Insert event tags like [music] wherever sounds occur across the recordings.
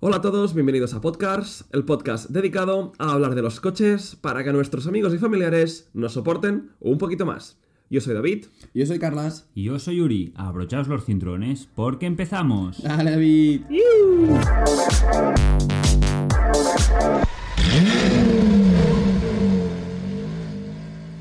Hola a todos, bienvenidos a Podcast, el podcast dedicado a hablar de los coches para que nuestros amigos y familiares nos soporten un poquito más. Yo soy David. Yo soy Carlas. [laughs] Y yo soy Yuri. Abrochaos los cintrones [laughs] porque empezamos. Dale, David.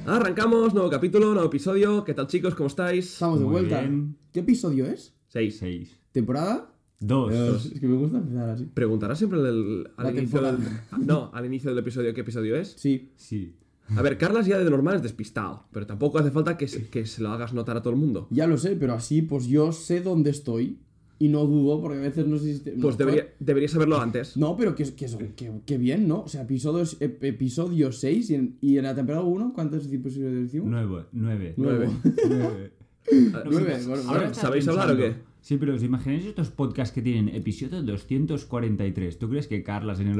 Arrancamos, nuevo capítulo, nuevo episodio. ¿Qué tal chicos? ¿Cómo estáis? Estamos de Muy vuelta. bien. ¿Qué episodio es? Seis. Seis. ¿Temporada? Dos. Dios, es que me gusta empezar así. Preguntará siempre el- La al, inicio del, temporada. no, al inicio del episodio qué episodio es. Sí. Sí. A ver, Carlas ya de normal es despistado, pero tampoco hace falta que se, que se lo hagas notar a todo el mundo. Ya lo sé, pero así pues yo sé dónde estoy y no dudo porque a veces no sé si... te- Pues no, debería, deberías saberlo antes. No, pero que, que, que- que bien, ¿no? O sea, episodios- ep- episodio 6 y en, y en la temporada 1, ¿cuántos episodios hicimos? Nueve. Nueve. Nueve. Nueve. Nueve, bueno, Ahora bueno. estaba ¿Sabéis hablar o pensando- qué? Sí, pero os imagináis estos podcasts que tienen episodio 243. ¿Tú crees que Carlas en el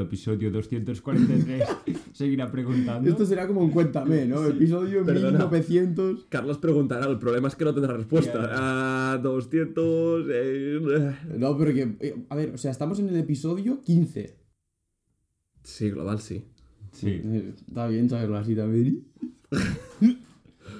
[laughs] episodio 243 seguirá preguntando? Esto será como un cuéntame, ¿no? Episodio Perdona. 1900... Carlos preguntará, el problema es que no tendrá respuesta. Ya, Ah, 200... eh, eh. No, pero que... eh, A ver, o sea, estamos en el episodio 15. Sí, global sí. Sí. Eh, Está bien saberlo así también.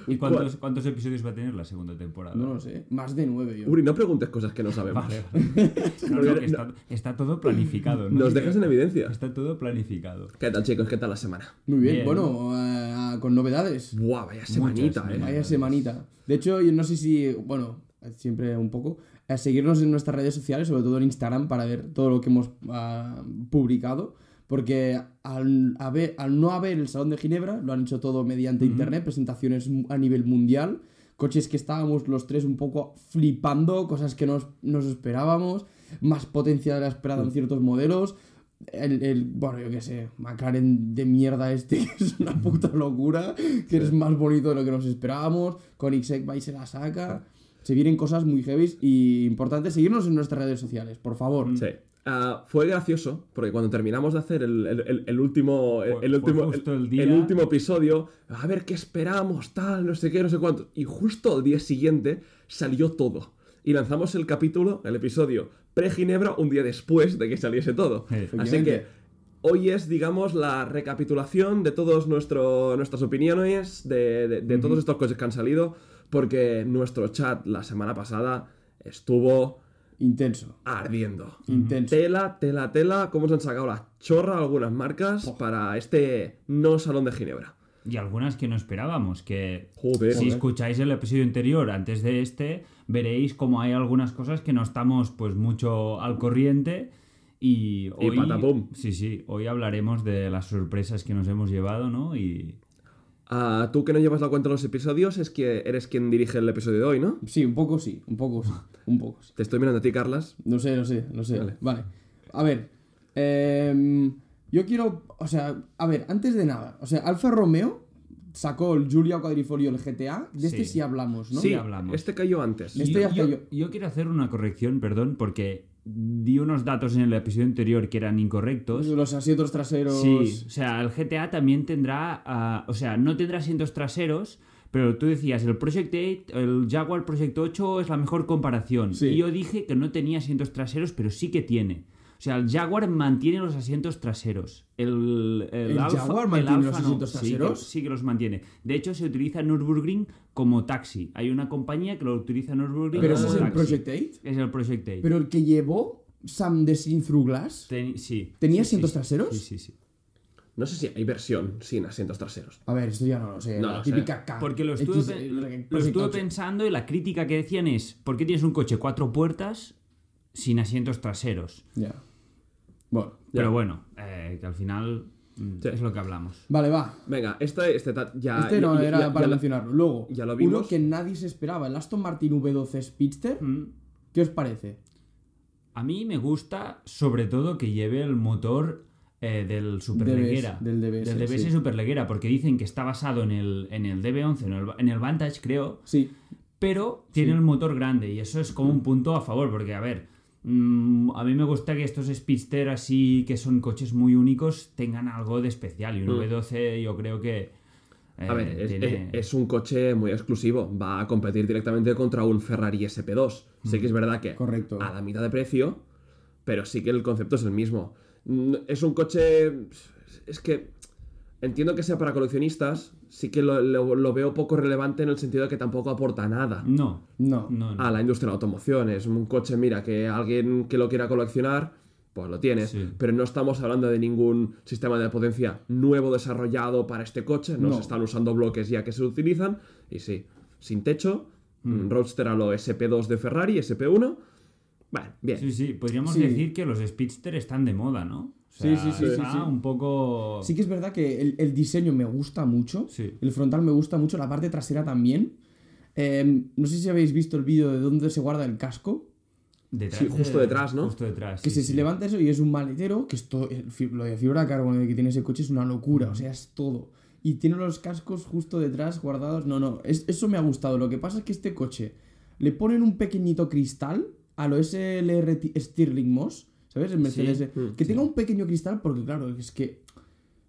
¿Y cuántos, cuántos episodios va a tener la segunda temporada? No lo sé. Más de 9 yo. Uri, no preguntes cosas que no sabemos. Vale, [laughs] vale. No, no, que está, está todo planificado. ¿no? Nos dejas en evidencia. Está todo planificado. ¿Qué tal, chicos? ¿Qué tal la semana? Muy bien, Bien. bueno, eh, con novedades. Buah, vaya semanita, Muchas, eh. Vaya semanita. De hecho, yo no sé si, bueno, siempre un poco, eh, seguirnos en nuestras redes sociales, sobre todo en Instagram, para ver todo lo que hemos ah, publicado. Porque al, haber- al no haber el Salón de Ginebra, lo han hecho todo mediante Internet, presentaciones mu- a nivel mundial, coches que estábamos los tres un poco flipando, cosas que nos, nos esperábamos, más potencia de la esperada en ciertos modelos. El, el- bueno, yo qué sé, McLaren de mierda este, [laughs] que es una puta locura, que es más bonito de lo que nos esperábamos, con Ixek va y se la saca. Se vienen cosas muy heavy y importante seguirnos en nuestras redes sociales, por favor. Sí. Ah, fue gracioso, porque cuando terminamos de hacer el, el- el- el último, el, Fue- el fue último, justo el el, día- el último episodio, a ver qué esperamos, tal, no sé qué, no sé cuánto. Y justo al día siguiente salió todo. Y lanzamos el capítulo, el episodio pre-Ginebra, un día después de que saliese todo. Sí, Así que efectivamente. hoy es, digamos, la recapitulación de todas nuestras opiniones, de, de- de todos estos coches que han salido, porque nuestro chat la semana pasada estuvo Intenso, ardiendo. intenso. Tela, tela, tela, cómo se han sacado la chorra algunas marcas Oh. para este no salón de Ginebra. Y algunas que no esperábamos, que Joder. si escucháis el episodio anterior antes de este, veréis como hay algunas cosas que no estamos pues mucho al corriente y hoy patapum. Sí, sí, hoy hablaremos de las sorpresas que nos hemos llevado, ¿no? Y Ah, tú que no llevas la cuenta de los episodios, es que eres quien dirige el episodio de hoy, ¿no? Sí, un poco sí, un poco sí, un poco sí. Te estoy mirando a ti, Carlas. No sé, no sé, no sé. Vale. Vale. A ver. em, yo quiero. O sea, a ver, antes de nada. O sea, Alfa Romeo sacó el Giulia Quadrifoglio, el GTA. De este Sí. sí hablamos, ¿no? sí, hablamos. este cayó antes. Este ya yo, cayó. yo quiero hacer una corrección, perdón, porque di unos datos en el episodio anterior que eran incorrectos. Pues Los asientos traseros. Sí, o sea, el GTA también tendrá, ah, o sea, no tendrá asientos traseros, pero tú decías, el Project 8, el Jaguar Project 8 es la mejor comparación. Sí. Y yo dije que no tenía asientos traseros, pero sí que tiene. O sea, el Jaguar mantiene los asientos traseros. El, el, ¿El Alfa- Jaguar el mantiene Alfa los no. asientos Sí, traseros? que- Sí, que los mantiene. De hecho, se utiliza Nürburgring como taxi. Hay una compañía que lo utiliza Nürburgring Pero como Ah, ese es el taxi. Project 8. Es el Project 8. Pero el que llevó Sam de Sin Through Glass. Ten- sí. ¿Tenía Sí, asientos sí, traseros? Sí, sí, sí. No sé si hay versión sin asientos traseros. A ver, esto ya no lo sé. No la lo sé. típica K. Porque lo estuve, X, pe- el- el lo Project estuve 8. pensando y la crítica que decían es, ¿por qué tienes un coche cuatro puertas sin asientos traseros? Ya. Bueno. Pero bueno, eh, que al final mm, Sí. es lo que hablamos. Vale, va. Venga, este, este ta- ya. Este no ya- era ya- para ya- mencionarlo. Luego, ya lo vimos. uno que nadie se esperaba, el Aston Martin V12 Speedster. Mm, ¿Qué os parece? A mí me gusta sobre todo que lleve el motor eh, del Superleguera. DBS, del DBS, Del DBS sí. Superleguera, porque dicen que está basado en el, en el DB11, en el, en el Vantage creo, Sí. pero tiene el motor grande y eso es como un punto a favor, porque a ver, mm, a mí me gusta que estos speedster así, que son coches muy únicos, tengan algo de especial y un Mm. V12 yo creo que... eh, A ver, es, tiene- es- es un coche muy exclusivo. Va a competir directamente contra un Ferrari SP2. Sí que es verdad que Correcto. a la mitad de precio, pero sí que el concepto es el mismo. Mm, Es un coche. Es que. Entiendo que sea para coleccionistas. Sí que lo, lo- lo veo poco relevante en el sentido de que tampoco aporta nada No, No. no, no. a la industria de la automoción. Es un coche, mira, que alguien que lo quiera coleccionar, pues lo tienes. Sí. Pero no estamos hablando de ningún sistema de potencia nuevo desarrollado para este coche. No, No. se están usando bloques ya que se utilizan. Y sí, sin techo, un Roadster a lo SP2 de Ferrari, SP1. Bueno, bien. Sí, sí, podríamos Sí. decir que los speedster están de moda, ¿no? O Sí, sea, sí, sí, sí, está sí. un poco... Sí que es verdad que el, el diseño me gusta mucho. Sí. El frontal me gusta mucho, la parte trasera también. Eh, no sé si habéis visto el vídeo de dónde se guarda el casco. Detrás Sí, justo de- detrás, ¿no? Justo detrás. Que sí, se, sí. se levanta eso y es un maletero, que es todo, el fi- lo de fibra de carbono que tiene ese coche es una locura, o sea, es todo. Y tiene los cascos justo detrás guardados. No, no, es- eso me ha gustado. Lo que pasa es que este coche le ponen un pequeñito cristal a lo SLR ti- Stirling Moss, ¿sabes? El Mercedes. eh, Sí, mm, que tenga un pequeño cristal porque, claro, es que.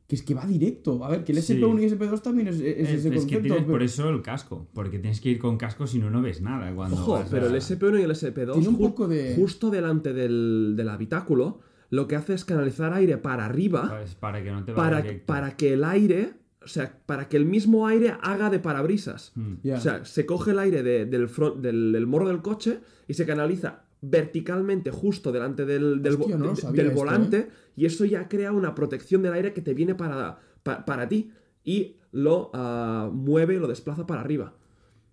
Que es que va directo. A ver, que el Sí. SP1 y SP2 también es, es Es, ese es que concepto. tienes por pero eso el casco, porque tienes que ir con casco si no, no ves nada cuando Ojo, vas a- pero el SP1 y el SP2, Tiene un ju- poco de- justo delante del, del habitáculo, lo que hace es canalizar aire para arriba ¿sabes? Para que no te vaya para, directo. para que el aire, o sea, para que el mismo aire haga de parabrisas. Mm. Ya. O sea, se coge el aire de- del, front- del, del morro del coche y se canaliza verticalmente justo delante del, del, Hostia, no lo de- sabía del esto, eh. volante y eso ya crea una protección del aire que te viene para, pa- para ti y lo ah, mueve, lo desplaza para arriba.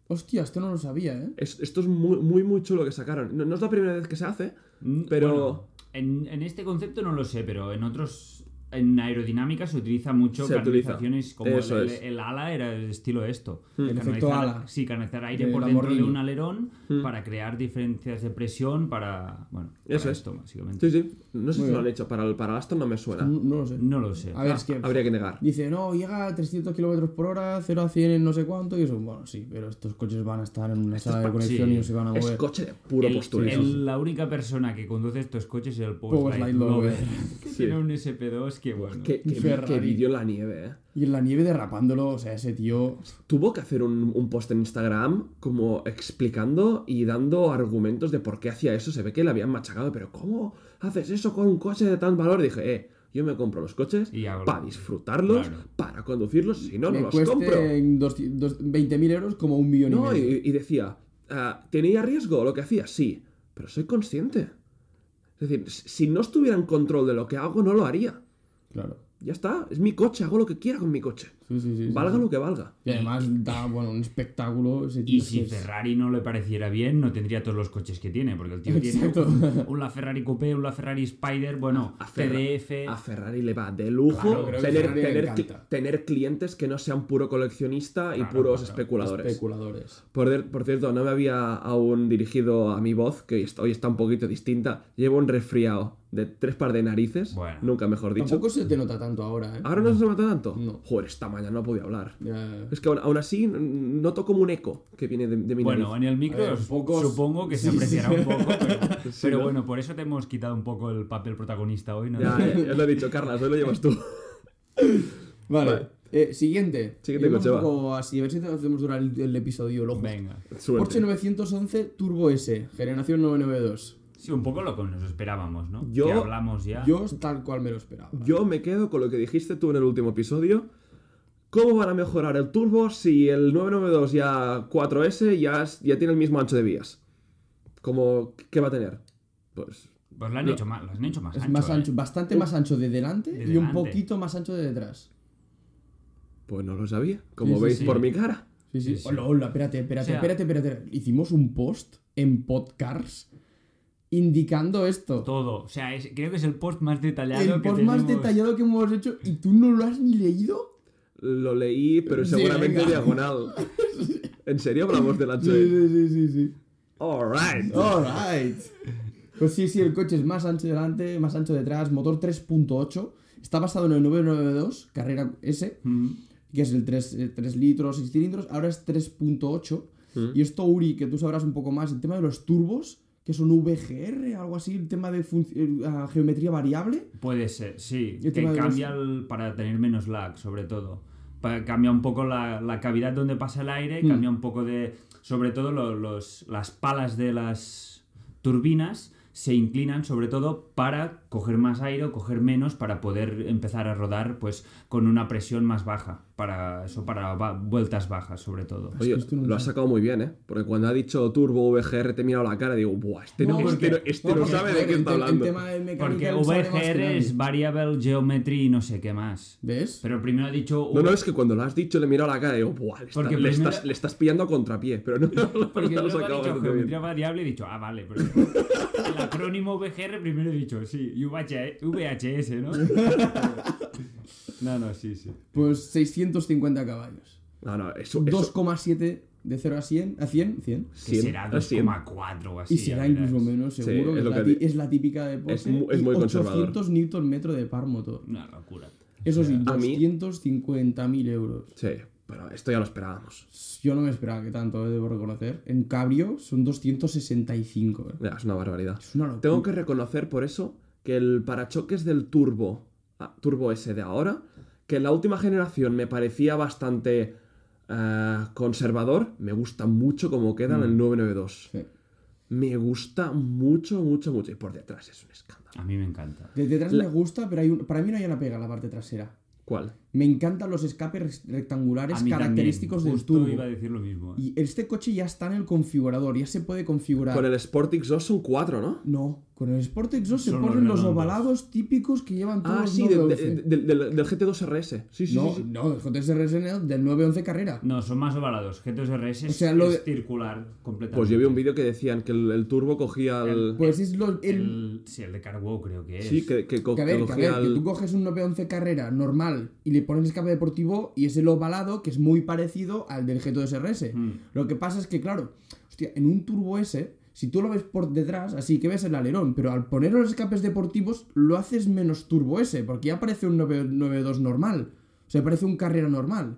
Hostia, esto no lo sabía, ¿eh? Es- esto es muy, muy, muy chulo que sacaron. No, no es la primera vez que se hace, Mm, pero... bueno, en, en este concepto no lo sé, pero en otros. En aerodinámica se utiliza mucho Se utiliza. canalizaciones como el, Eso el- es. Mm. el ala era el estilo esto. El Canalizar- efecto ala. Sí, canalizar aire De por Lamborghini. dentro de un alerón Mm. para crear diferencias de presión para. Bueno, para Eso es. esto, básicamente. Sí, sí. No sé si lo Muy bien. han hecho. Para el, para el Aston no me suena. Ah, No, no lo sé. No lo sé. A ver, es que. Habría que negar. Dice, no, llega a 300 kilómetros por hora, 0 a 100 en no sé cuánto, y eso, bueno, sí, pero estos coches van a estar en una sala de pa- conexión sí, y no se van a Es mover. coche de puro El- postura. el- la única persona que conduce estos coches es el Power, Power Slide Slide Lover. Lover, [laughs] que Sí. tiene un SP2 que bueno. Que, que, Ferrari. que vídeo en la nieve, eh. Y en la nieve derrapándolo, o sea, ese tío. Tuvo que hacer un, un post en Instagram como explicando y dando argumentos de por qué hacía eso. Se ve que le habían machacado, pero ¿cómo haces eso con un coche de tan valor? Dije, eh, yo me compro los coches Y hago- para disfrutarlos, Claro. para conducirlos, si no, no me los compro. cueste 20.000 euros como un millón No, y medio. y, y decía, ah, ¿tenía riesgo lo que hacía? Sí, pero soy consciente. Es decir, s- si no estuviera en control de lo que hago, no lo haría. Claro. Ya está, es mi coche, hago lo que quiera con mi coche. Sí, sí, sí. sí, Valga sí. lo que valga. Y además da, bueno, un espectáculo ese tío. Y es si que es- Ferrari no le pareciera bien, no tendría todos los coches que tiene, porque el tío [laughs] Exacto. tiene un- un Ferrari Coupé, un Ferrari Spider, bueno, A, Ferra- PDF. a Ferrari le va de lujo Claro, creo que tener, Ferrari le tener, cli- encanta. tener clientes que no sean puro coleccionista y Claro, puros claro. especuladores. especuladores. Por, de- por cierto, no me había aún dirigido a mi voz, que hoy está, hoy está un poquito distinta. Llevo un resfriado de tres par de narices, Bueno. nunca mejor dicho. Ah. Tampoco se te nota tanto ahora, ¿eh? Ahora no se nota tanto. No. Joder, esta mañana no podía hablar. Ya- Es que aún, aún así n- noto como un eco que viene de, de mi Bueno, nariz. en el micro A ver, os- pocos- supongo que Sí, se apreciará sí. un poco, pero, [laughs] pero ¿no? bueno, por eso te hemos quitado un poco el papel protagonista hoy, ¿no? Ya, eh, ya, ya lo he dicho, Carlas, hoy lo llevas tú. Vale. Vale. Eh, siguiente. Siguiente Iremos coche, un va. poco así, a ver si te hacemos durar el, el episodio, lo justo. Venga. Suerte. Porsche 911 Turbo S, generación 992. Sí, un poco lo que nos esperábamos, ¿no? Yo- Que hablamos ya. Yo tal cual me lo esperaba. Yo me quedo con lo que dijiste tú en el último episodio. ¿Cómo van a mejorar el turbo si el 992 ya 4S ya, es- ya tiene el mismo ancho de vías? Como, ¿Qué va a tener? Pues Pues lo han hecho más, lo han hecho más es ancho. más ¿eh? ancho, bastante más ancho de delante De y un delante. poquito más ancho de detrás. pues no lo sabía, como Sí, sí, veis sí. por mi cara. Sí, sí. Sí, sí. Hola, hola, espérate, espérate, O sea- espérate, espérate. Hicimos un post en Podcars indicando esto. ¿eh? Todo. O sea, es- creo que es el post más detallado El que post más tenemos. detallado que hemos hecho y tú no lo has ni leído. Lo leí, pero Sí, seguramente venga. [laughs] diagonal. ¿En serio hablamos del ancho de... sí, sí, sí. sí. Alright. Alright. Pues sí, sí, el coche es más ancho delante, más ancho detrás, motor 3.8. Está basado en el 992, carrera S, Mm. que es el 3, eh, 3 litros, 6 cilindros. Ahora es 3.8. Mm. Y esto, Uri, que tú sabrás un poco más, el tema de los turbos, que son VGR, algo así, el tema de func- eh, ah, geometría variable. Puede ser, sí. Yo te que voy a- cambia el- para tener menos lag, sobre todo. Pa- cambia un poco la, la cavidad donde pasa el Hmm. aire, cambia un poco de. Sobre todo lo- los, las palas de las turbinas se inclinan sobre todo para coger más aire o coger menos para poder empezar a rodar pues con una presión más baja, para eso para va- vueltas bajas sobre todo. Oye, esto no lo has sacado muy bien, ¿eh? Porque cuando ha dicho Turbo VGR te he mirado la cara y digo, ¡buah! Este no, No, este porque- no- este no Porque, sabe de joder, qué el está te- el hablando. tema de mecánica Porque lo sabe más que VGR es nadie. Variable Geometry y no sé qué más. ¿Ves? Pero primero ha dicho No, no, es que cuando lo has dicho le he mirado la cara y digo, ¡buah! Le, está- Porque le primero- estás, le estás pillando a contrapié, pero no, [laughs] Porque lo has luego sacado ha dicho bastante geometría bien. variable y he dicho, ah, vale, pero el acrónimo VGR primero he dicho, sí, y VH VHS, [laughs] ¿no? no, no, sí, sí. Pues 650 caballos. No, no, eso... eso 2,7 de 0 a 100. ¿A 100? 100. Que cien- será es cien. 2,4 o así. Y ya será verás. incluso menos, Sí, seguro. es que es, lo la que ti- es la típica de Porsche. Es mu- es y muy conservador. 800 Nm de par motor. Una locura. Eso sí, a mí- 250.000 euros. Sí, pero esto ya lo esperábamos. Yo no me esperaba que tanto, eh, debo reconocer. En cabrio son 265. eh. Ya, es una barbaridad. Es una locura. Tengo que reconocer por eso que el parachoques del Turbo, ah, Turbo S de ahora, que en la última generación me parecía bastante eh, conservador, me gusta mucho como queda Mm. en el 992. Sí. Me gusta mucho, mucho, mucho. Y por detrás es un escándalo. A mí me encanta. De detrás me gusta, pero hay un- para mí no hay una pega en la parte trasera. ¿Cuál? Me encantan los escapes res- rectangulares A mí característicos también. del Justo turbo. iba a decir lo mismo. ¿eh? Y este coche ya está en el configurador, ya se puede configurar. Con el Sportix 2 son cuatro, ¿no? No, con el Sportex 2 se Son los ponen los redondos. ovalados típicos que llevan todos Ah, los sí, de- 911. de- de- del, del GT2 RS. Sí, sí, No, sí, Mm, sí. no, el JSRSN del 911 carrera. No, son más ovalados. G2RS O sea, lo es de- circular completamente. Pues yo vi un vídeo que decían que el, el turbo cogía el... Pues es lo. el- El, sí, el de Carwow creo que es. Sí, que, que co- que a que ver, que a ver, cogía que el... tú coges un 911 carrera normal y le pones escape deportivo y es el ovalado que es muy parecido al del G2RS. Mm. Lo que pasa es que, claro, hostia, en un Turbo S, si tú lo ves por detrás, así que ves el alerón, pero al poner los escapes deportivos lo haces menos Turbo S, porque ya parece un 9- 992 normal. O sea, parece un carrera normal.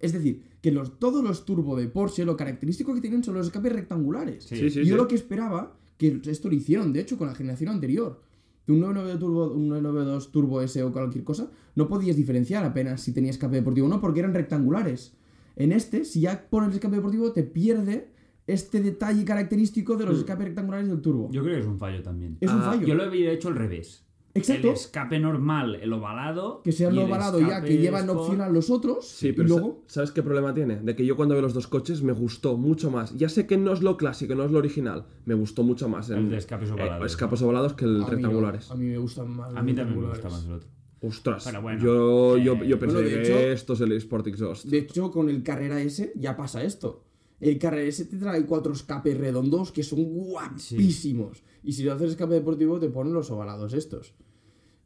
Es decir, que los, todos los turbo de Porsche, lo característico que tienen son los escapes rectangulares. Sí. Sí, sí, Y yo sí. lo que esperaba, que esto lo hicieron, de hecho, con la generación anterior. De un 992 Turbo, un 992 Turbo S o cualquier cosa, no podías diferenciar apenas si tenía escape deportivo o no, porque eran rectangulares. En este, si ya pones escape deportivo, te pierde este detalle característico de los escapes rectangulares del turbo. Hmm. Yo creo que es un fallo también. es un Ah, fallo. Yo lo había hecho al revés. Exacto. El escape normal, el ovalado. Que sea y lo el ovalado ya, escape que llevan sport. opcional los otros. Sí, y pero luego. sa- ¿sabes qué problema tiene? De que yo cuando veo los dos coches me gustó mucho más. Ya sé que no es lo clásico, no es lo original. Me gustó mucho más en El de escapes ovalados. escapos ovalados que el a mí no, rectangulares. a mí me gustan más. A mí los también me rectangulares. gusta más el otro. Ostras, Pero bueno, yo, eh, yo, yo pensé bueno, de que hecho- esto es el Sporting Exhaust. De hecho, con el Carrera S ya pasa esto. El Carrera S te trae cuatro escapes redondos que son guapísimos. Y si lo haces escape deportivo, te ponen los ovalados estos.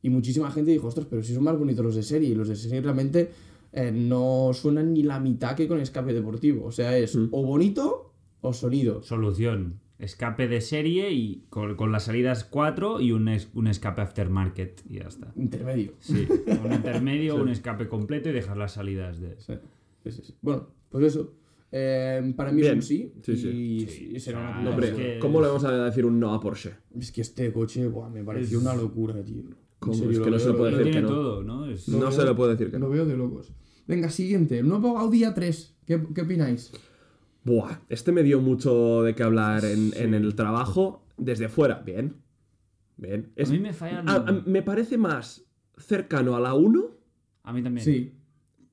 Y muchísima gente dijo, ostras, pero si son más bonitos los de serie. Y los de serie realmente eh, no suenan ni la mitad que con escape deportivo. O sea, es Mm. o bonito o sonido. Solución. Escape de serie y con, con las salidas 4 y un, es- un escape aftermarket y ya está. Intermedio. Sí, un intermedio, [laughs] un escape completo y dejar las salidas de... Sí, sí, sí. Bueno, pues eso. Eh, para mí Bien. es un sí. Sí, sí. Y Sí, será una ah, puta No, hombre, es que- ¿cómo le vamos a decir un no a Porsche? Es que este coche, buah, me pareció Es- una locura, tío. En ¿Cómo? serio, Es que lo no se veo- lo puede Lo decir tiene que no. todo, ¿no? Es- No, veo- se le puede decir que no. Lo veo de locos. Venga, siguiente. El nuevo Audi A3. ¿Qué, qué opináis? Buah, este me dio mucho de qué hablar en, en el trabajo desde fuera. Bien, bien. Es- A mí me fallan... Ah, ah, me parece más cercano a la 1 A mí también. Sí.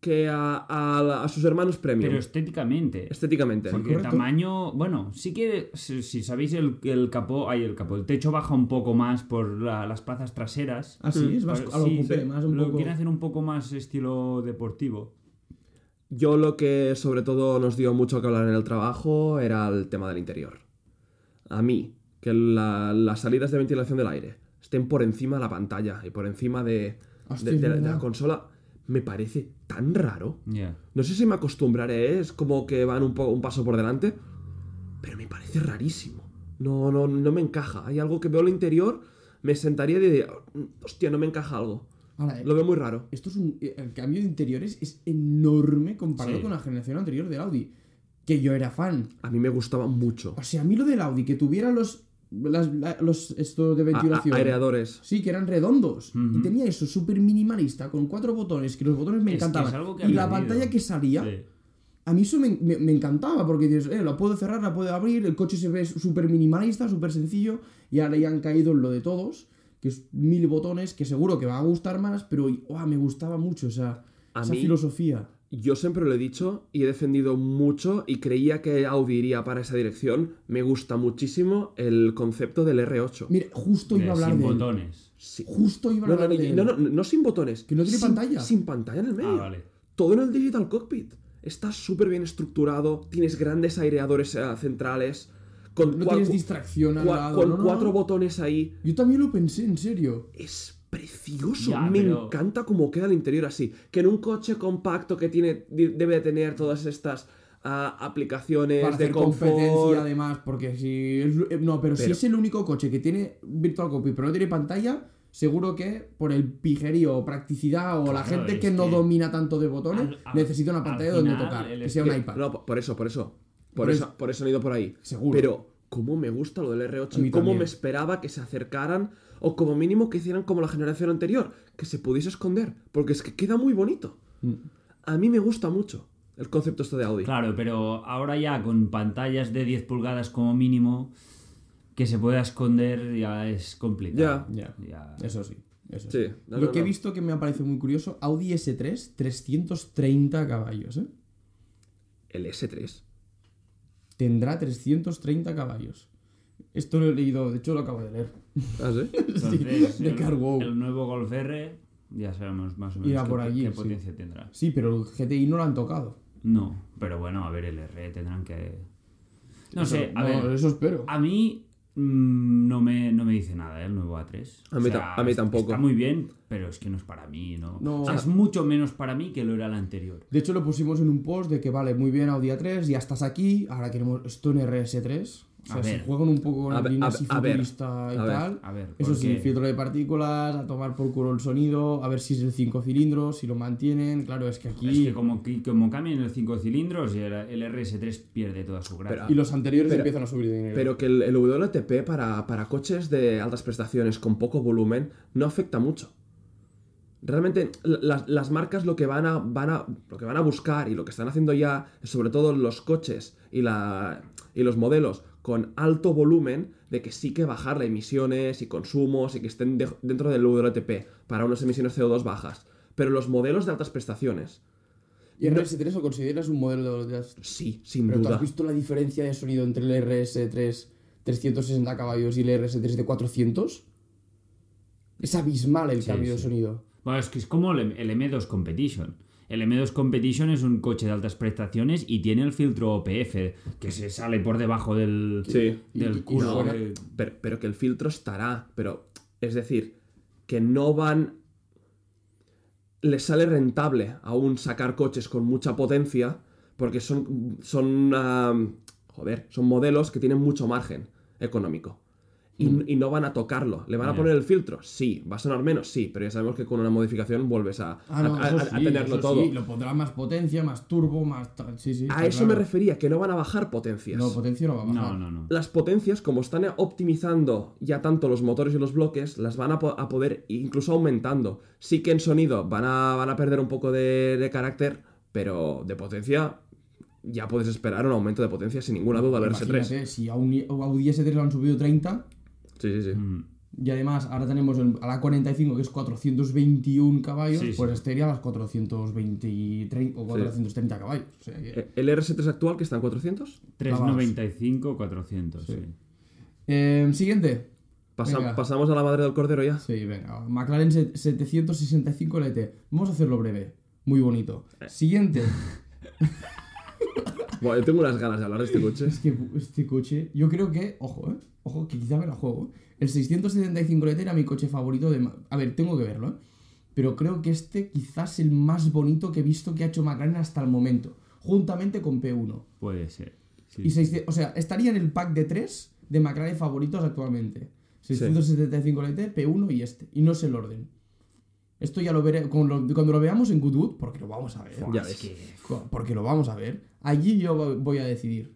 que a, a la- a sus hermanos premium. Pero estéticamente. Estéticamente. Porque Este, Correcto. tamaño, bueno, sí que si, si sabéis el, el capó, ay, el capó, el techo baja un poco más por la- las plazas traseras. Así Ah, es, vas Pero a lo Mm. sí, coupé, sí. más un lo poco. quieren hacer un poco más estilo deportivo. Yo lo que sobre todo nos dio mucho que hablar en el trabajo era el tema del interior. A mí, que la- las salidas de ventilación del aire estén por encima de la pantalla y por encima de, Hostia, de- es de la- de la verdad. consola, me parece tan raro. Ya. No sé si me acostumbraré, ¿eh? es como que van un, po- un paso por delante, pero me parece rarísimo. No, no, no me encaja. Hay algo que veo en el interior, me sentaría y diría, hostia, no me encaja algo. Ahora, eh, Lo veo muy raro. esto es un. eh, El cambio de interiores es enorme comparado Sí. con la generación anterior del Audi. Que yo era fan. A mí me gustaba mucho. O sea, a mí lo del Audi, que tuviera los. las- la- los estos de A- a- ventilación. aereadores. Sí, que eran redondos. Ah, Ujú. Y tenía eso súper minimalista, con cuatro botones, que los botones me Es que es encantaban. algo que y la había pantalla ido. que salía, Sí. A mí eso me, me- me encantaba porque dices, eh, la puedo cerrar, la puedo abrir, el coche se ve súper minimalista, súper sencillo y ahora ya han caído en lo de todos, que es mil botones, que seguro que va a gustar más, pero ¡guau! me gustaba mucho esa, A esa mí- filosofía. Yo siempre lo he dicho y he defendido mucho y creía que Audi iría para esa dirección. Me gusta muchísimo el concepto del R8. Mira, justo de iba a hablar sin de él. botones. Sí. Justo iba a No, no, hablar no, de él. no, no, no sin botones. Que no tiene sin, pantalla. Sin pantalla en el medio. Ah, vale. Todo en el Digital Cockpit. Está súper bien estructurado, tienes grandes aireadores eh, centrales, con No cua- tienes cu- distracción al cua- lado. con no, no, cuatro no. botones ahí. Yo también lo pensé, en serio. Es precioso, Ya, me pero- encanta cómo queda el interior así. Que en un coche compacto que tiene di- debe de tener todas estas ah, aplicaciones Para de hacer confort. competencia además, porque si es, eh, no, pero, si Pero- es el único coche que tiene Virtual Cockpit pero no tiene pantalla, seguro que por el pijerío o practicidad o la Claro, gente es que no que- domina tanto de botones Al- al- necesita una al pantalla final, donde tocar, el que sea un espe- iPad. No, po- por eso, por eso. Por, Por eso, eso. por eso han ido por ahí. Seguro. Pero, ¿cómo me gusta lo del A R8? mí Y ¿Cómo también. me esperaba que se acercaran? O como mínimo que hicieran como la generación anterior, que se pudiese esconder. Porque es que queda muy bonito. Mm, A mí me gusta mucho el concepto este de Audi. Claro, pero ahora ya con pantallas de 10 pulgadas como mínimo, que se pueda esconder ya es complicado. Ya. Ya. Eso [laughs] sí. Eso Sí, sí. no, Lo no, que he no. visto que me ha parecido muy curioso, Audi S3, 330 caballos, ¿eh? El S3. Tendrá 330 caballos. Esto lo he leído, de hecho lo acabo de leer. Ah, sí. Entonces, de el, CarWow. el nuevo Golf R, ya sabemos más o Irá menos por qué, allí, qué sí. potencia tendrá. Sí, pero el GTI no lo han tocado. No, pero bueno, a ver, el R tendrán que. No Eso- sé, a no, ver. Eso espero. A mí mm, no, me, no me dice nada eh, el nuevo A3. A mí ta- a mí es- tampoco. Está muy bien, pero es que no es para mí, ¿no? No. O sea, es mucho menos para mí que lo era el anterior. De hecho, lo pusimos en un post de que vale, muy bien Audi A3, ya estás aquí, ahora queremos esto en RS3. O sea, A si ver. juegan un poco con A la ver, línea a así ver, a ver, futurista y a ver, tal. a ver, Eso sí, porque- filtro de partículas, a tomar por culo el sonido, a ver si es el 5 cilindros, si lo mantienen. Claro, es que aquí. Es que como, que- como cambian el 5 cilindros, el, el RS3 pierde toda su gracia. Y los anteriores ah, Pero- empiezan a subir de nivel. Pero que el, el WLTP para, para coches de altas prestaciones con poco volumen no afecta mucho. Realmente la- las, las marcas lo que, van a, van a, lo que van a buscar y lo que están haciendo ya, sobre todo los coches y, la, y los modelos con alto volumen, de que sí que bajar las emisiones y consumos y que estén de- dentro del WLTP para unas emisiones CO2 bajas. Pero los modelos de altas prestaciones, ¿Y RS3 lo consideras un modelo de las- sí, sin Pero ¿tú duda. has visto la diferencia de sonido entre el RS3 360 caballos y el RS3 de 400? Es abismal el cambio de sí. sonido. Bueno, es que es como el, el M2 Competition. El M2 Competition es un coche de altas prestaciones y tiene el filtro OPF que se sale por debajo del, Sí. Y- y- y del culo. fuera- de- Pero, pero que el filtro estará. Pero, es decir, que no van. Les sale rentable aún sacar coches con mucha potencia. Porque son. son ah, joder, son modelos que tienen mucho margen económico. Y, Mm. y no van a tocarlo. ¿Le van a Ya. poner el filtro? Sí. ¿Va a sonar menos? Sí. Pero ya sabemos que con una modificación vuelves a, Ah, no, a- a- eso a- a sí, tenerlo eso todo. Sí, lo pondrá más potencia, más turbo, más tal. Sí, sí. a está eso me claro. refería, que no van a bajar potencias. No, pues potencia no va a bajar. No, no, no. las potencias, como están optimizando ya tanto los motores y los bloques, las van a, po- a poder incluso aumentando. Sí que en sonido van a, van a perder un poco de, de carácter, pero de potencia ya puedes esperar un aumento de potencia sin ninguna duda al RS3. Imagínate, si a un i- a Audi S3 lo han subido 30 Sí, sí, sí. Mm. y además ahora tenemos el- a la 45 que es 421 caballos, Sí, sí. pues este iría a las 420 y trein- o 430 caballos. O sea que- Eh, ¿El RS3 actual que está en 400? 395, 400. Sí. Eh, siguiente. Pasa- Venga. ¿Pasamos a la madre del cordero ya? Sí, venga. McLaren se- 765 LT. Vamos a hacerlo breve. Muy bonito. Eh. [laughs] Siguiente. Buah, yo tengo unas ganas de hablar de este coche. Es que este coche, yo creo que, ojo, ¿eh? Ojo, que quizá me la juego. El 675 LT era mi coche favorito de... Ma- A ver, tengo que verlo, ¿eh? Pero creo que este quizás el más bonito que he visto que ha hecho McLaren hasta el momento. Juntamente con P1. Puede ser. Sí. Y 600 o sea, estaría en el pack de 3 de McLaren favoritos actualmente. 675 LT, P1 y este. Y no sé el orden. Esto ya lo veré cuando lo, cuando lo veamos en Goodwood, porque lo vamos a ver. Buah, Ya es ves. que- Co- Porque lo vamos a ver. Allí yo vo- voy a decidir.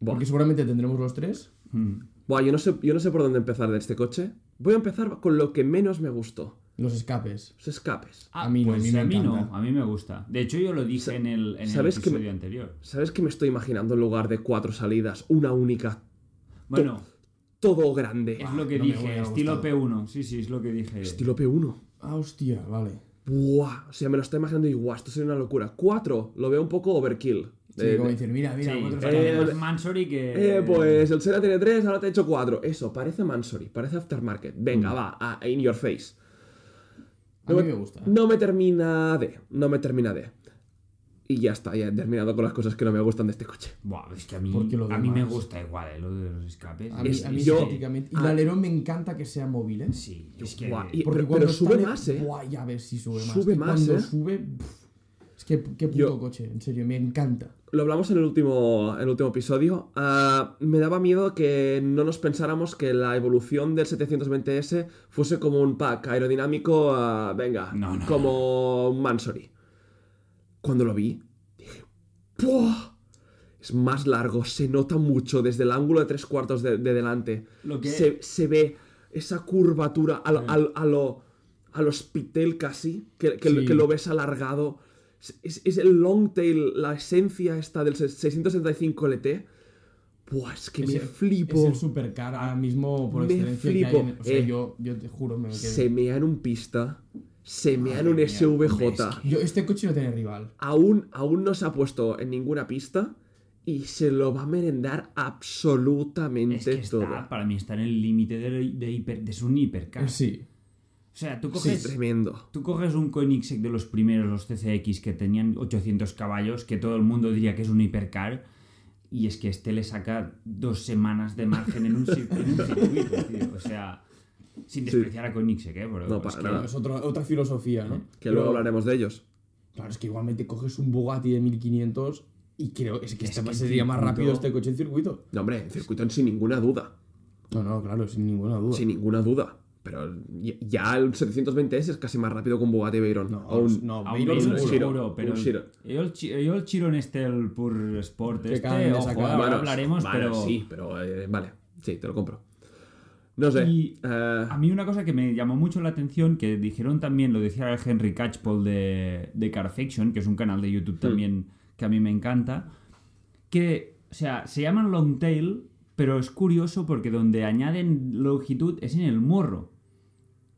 Buah. Porque seguramente tendremos los tres. Mm. Buah, yo no, sé, yo no sé por dónde empezar de este coche. Voy a empezar con lo que menos me gustó. Los escapes. Los escapes. Ah, A mí no, pues a mí me a mí no, encanta. a mí me gusta. De hecho, yo lo dije Sa- en el, en el ¿sabes que me- episodio anterior. ¿Sabes qué me estoy imaginando en lugar de cuatro salidas? Una única, Bueno, todo grande. es lo que no me dije, hubiera estilo gustado. P1. Sí, sí, es lo que dije. Estilo P1. Ah, hostia, vale. Buah, o sea, me lo estoy imaginando y guau, esto sería una locura. Cuatro, lo veo un poco overkill. Sí, Eh, como decir, mira, Sí, mira, cuatro pero eh, más Mansory que. eh, pues el Sera tiene tres, ahora te he hecho cuatro. Eso, parece Mansory, parece Aftermarket. Mm. Venga, va, a- in your face. A mí me gusta. No me termina de, no me termina de. Y ya está, ya he terminado con las cosas que no me gustan de este coche. Buah, es que a mí, Porque lo a mí me demás- gusta igual, eh, lo de los escapes. A mí, Es- a mí yo- estéticamente. Y ah. el alerón me encanta que sea móvil, ¿eh? Sí, es que. Buah, y- Porque pero- cuando pero sube está- más, ¿eh? Buah, ya ves si sube más. Sube Y más, cuando ¿eh? sube. pff, es que qué puto Yo- coche, en serio, me encanta. Lo hablamos en el último, en el último episodio. Ah, me daba miedo que no nos pensáramos que la evolución del 720S fuese como un pack aerodinámico, ah, venga, No, no, como un Mansory. Cuando lo vi, dije, ¡buah! Es más largo, se nota mucho desde el ángulo de tres cuartos de, de delante. Lo que- Se, se ve esa curvatura a Mm. lo, a, lo- a lo, a lo Spitel casi, que, que- Sí. que lo ves alargado. Es, es- es el long tail, la esencia esta del 665 LT. Buah, es que Es me el- flipo. Es el supercar ahora mismo por Me excelencia que flipo. hay. en- o sea, Eh. yo, yo te juro, me lo quedo. Se mea en un pista, se mea en Madre un mía, SVJ. hombre, es que- Yo, este coche no tiene rival. Aún, aún no se ha puesto en ninguna pista y se lo va a merendar absolutamente Es que está, todo. para mí está en el límite de, de, hiper- de un hipercar. Sí. O sea, tú Sí, coges, tremendo. tú coges un Koenigsegg de los primeros, los TCX, que tenían 800 caballos, que todo el mundo diría que es un hipercar, y es que este le saca dos semanas de [laughs] margen en un, cir- en un circuito, tío. O sea, sin despreciar a Koenigsegg, ¿eh? Pero No, es para que- nada. Es otro- otra filosofía, ¿no? Que luego Pero- hablaremos de ellos. Claro, es que igualmente coges un Bugatti de 1500 y creo es que Es este que en sería más circuito- rápido este coche en circuito. No, hombre, en circuito sin ninguna duda. No, no, claro, sin ninguna duda. Sin ninguna duda. Pero ya- ya el 720S es casi más rápido que un Bugatti Veyron. No, O un- no, A un Veyron Veyron seguro. Shiro. seguro, pero un Shiro. yo el, chi- yo el Chiron este, el Pur Sport Que acaban este, de ojo, sacar. ahora Bueno, hablaremos, vale, pero... Sí, pero eh, vale. Sí, te lo compro. No sé. Y- eh, A mí una cosa que me llamó mucho la atención, que dijeron también, lo decía Henry Catchpole de, de Carfaction, que es un canal de YouTube también que a mí me encanta, que, o sea, se llaman long tail, pero es curioso porque donde añaden longitud es en el morro.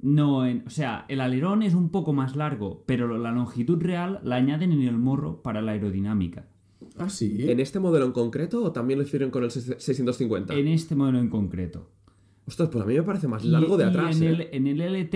No, en, o sea, el alerón es un poco más largo, pero la longitud real la añaden en el morro para la aerodinámica. Ah, sí. ¿En este modelo en concreto o también lo hicieron con el 650? En este modelo en concreto. Ostras, pues a mí me parece más Y- largo de y atrás. En, eh. el, en el LT,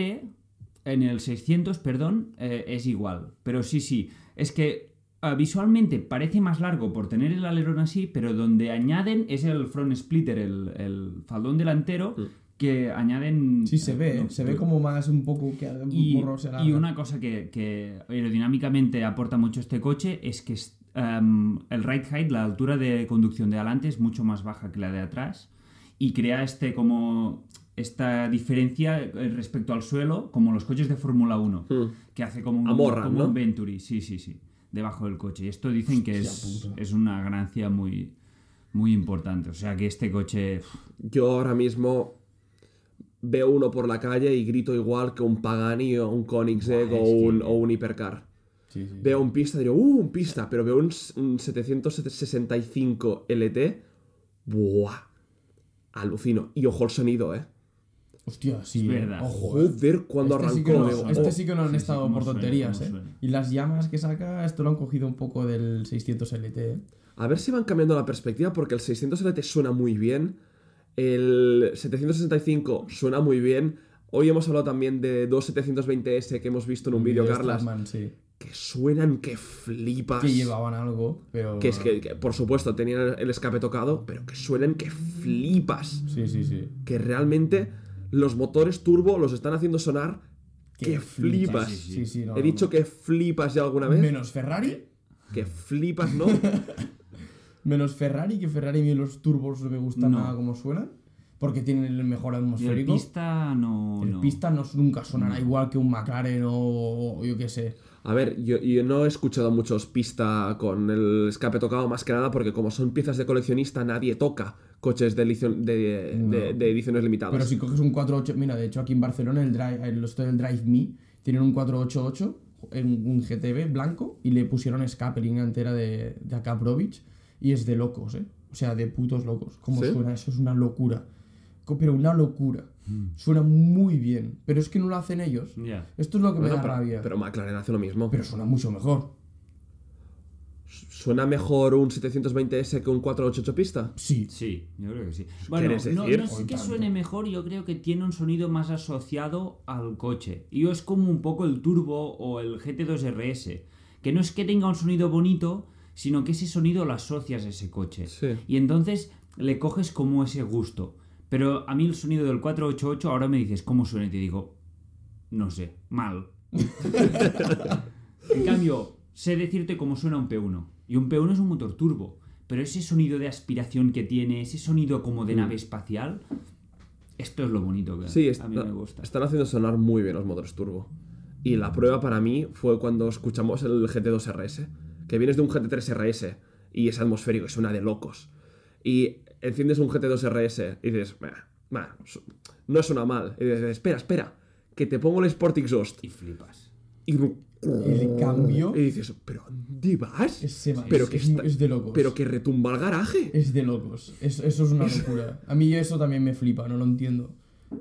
en el 600, perdón, eh, es igual. Pero sí, sí. Es que ah, visualmente parece más largo por tener el alerón así, pero donde añaden es el front splitter, el, el faldón Mm. delantero, que añaden. Sí, se ve, eh, no, se ve como más un poco que un y, morro será. y una cosa que, que aerodinámicamente aporta mucho este coche es que es, em, el ride height, la altura de conducción de adelante, es mucho más baja que la de atrás y crea este como esta diferencia eh, respecto al suelo, como los coches de Fórmula 1, Mm. que hace como un, Amorran, como ¿no? un Venturi, sí, sí, sí, debajo del coche. Y esto dicen que es, es una ganancia muy, muy importante. O sea que este coche... uf, Yo ahora mismo veo uno por la calle y grito igual que un Pagani o un Koenigsegg Buah, o, es que- un, o un Hipercar. Sí, sí. Veo un pista y digo, ¡uh, un pista! Pero veo un, s- un 765 LT. ¡Buah! Alucino. Y ojo el sonido, ¿eh. Hostia, sí. Es eh. verdad. Ojo, eh. Joder, cuando este arrancó. sí que no, digo, este "Oh". sí que no han Sí, sí, estado cómo por suena, tonterías, cómo eh. suena. Y las llamas que saca, esto lo han cogido un poco del 600 LT, eh. A ver si van cambiando la perspectiva porque el 600 LT suena muy bien, el 765 suena muy bien. Hoy hemos hablado también de dos 720S que hemos visto en un vídeo, de Carlas, Stratman, sí. que suenan que flipas. Que llevaban algo, pero. Que es que, que, por supuesto, tenían el escape tocado, pero que suenan que flipas. Sí, sí, sí. Que realmente los motores turbo los están haciendo sonar que, flipas. Sí, sí, sí, no, He no, dicho no. que flipas ya alguna vez. Menos Ferrari. Que flipas, ¿no? Menos Ferrari, que Ferrari a mí los turbos no me gustan No. nada como suenan. porque tienen el mejor Y el atmosférico. pista no. El no. pista no, nunca sonará igual que un McLaren o, o yo qué sé. A ver, yo, yo no he escuchado muchos pista con el escape tocado, más que nada porque como son piezas de coleccionista, nadie toca coches de, edición- de, de- de ediciones limitadas. Pero si coges un 4.8, mira, de hecho aquí en Barcelona el drive, el, los del Drive Me tienen un 4.88, en un GTB blanco, y le pusieron escape línea entera de, de Akabrovich, y es de locos, ¿eh? O sea, de putos locos. Como ¿Sí? suena, eso es una locura. Co- Pero una locura. Mm. Suena muy bien, pero es que no lo hacen ellos. Ya. Esto es lo que Bueno, me da pero, rabia. Pero, pero McLaren hace lo mismo. suena mucho mejor. ¿Suena mejor un 720S que un 488 pista? Sí. Sí, yo creo que sí. Bueno, ¿Quieres no, decir? no es Con que tanto. suene mejor, yo creo que tiene un sonido más asociado al coche. Y es como un poco el turbo o el GT2 RS. Que no es que tenga un sonido bonito, sino que ese sonido lo asocias a ese coche. Sí. Y entonces le coges como ese gusto. Pero a mí el sonido del 488 ahora me dices, ¿cómo suena? Y te digo, no sé, mal. En cambio, sé decirte cómo suena un P1. Y un P1 es un motor turbo. Pero ese sonido de aspiración que tiene, ese sonido como de nave espacial, esto es lo bonito que Sí, a mí está- me gusta. están haciendo sonar muy bien los motores turbo. Y la prueba para mí fue cuando escuchamos el GT2 RS, que vienes de un GT3 RS y es atmosférico, y suena de locos. Y enciendes un GT2 RS y dices, "Bah, bah, su- no suena mal. Y dices, espera, espera, que te pongo el Sport Exhaust. Y flipas. Y, El cambio y dices, pero ¿dónde vas? es, se va- pero es- que es- está- es de locos. Pero que retumba el garaje. Es de locos. Es- eso es una locura. A mí eso también me flipa, no lo entiendo.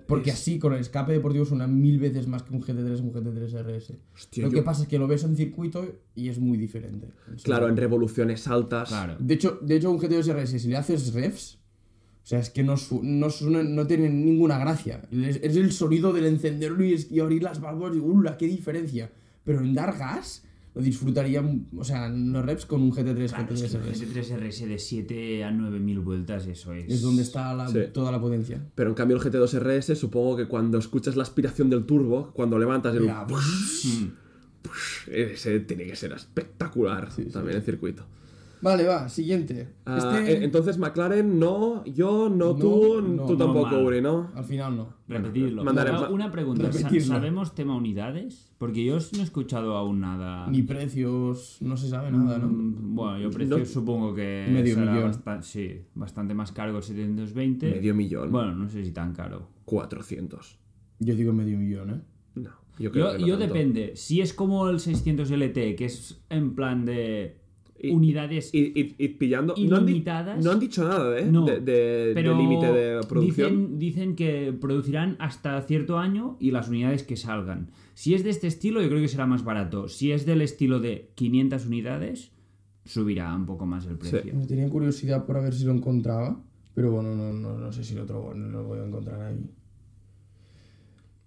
Porque así, con el escape deportivo, suena mil veces más que un GT3 un GT3 RS. Hostia, lo yo- que pasa es que lo ves en circuito y es muy diferente. O sea, Claro, en revoluciones altas. Claro. De hecho, de hecho un GT3 RS, si le haces refs, o sea, es que no, su- no, suena- no tiene ninguna gracia. Es, es el sonido del encenderlo y, es- y abrir las válvulas y ¡ula! ¡Qué diferencia! Pero en dar gas, lo disfrutaría, o sea, los refs con un GT3 Claro, GT3 es que el RS. GT3 RS de 7 a 9000 vueltas, eso es. Es donde está la- Sí. toda la potencia. Pero en cambio el GT2 RS supongo que cuando escuchas la aspiración del turbo, cuando levantas el... Ya, pues. Mm, Ese tiene que ser espectacular también el circuito. Vale, va, siguiente. Ah, Este, e- Entonces McLaren no, yo no, No, tú, no, tú no, tampoco mal. Uri, ¿no? al final no. Repetirlo. Mandaré- Una- Una pregunta. ¿sa- Repetirlo. ¿Sabemos tema unidades? Porque yo no he escuchado aún Ah. nada. Ni precios, no se sabe nada, ¿no? Mm, Bueno, yo precio No- supongo que Medio será millón. bastan- sí, bastante más caro que el 720. Medio millón, Bueno, no sé si tan caro. 400. Yo digo medio millón, ¿eh? No, yo creo Yo, que no yo tanto. depende. Si es como el 600 LT, que es en plan de Y- unidades, Y, y- y pillando... no han di- Ilimitadas. No han dicho nada, ¿eh? No, de, de- de pero límite de producción. Dicen, dicen que producirán hasta cierto año y las unidades que salgan. Si es de este estilo, yo creo que será más barato. Si es del estilo de 500 unidades, subirá un poco más el precio. Me tenía curiosidad por a ver si lo encontraba, pero bueno, no, no, no sé si lo, trobo- no lo voy a encontrar ahí.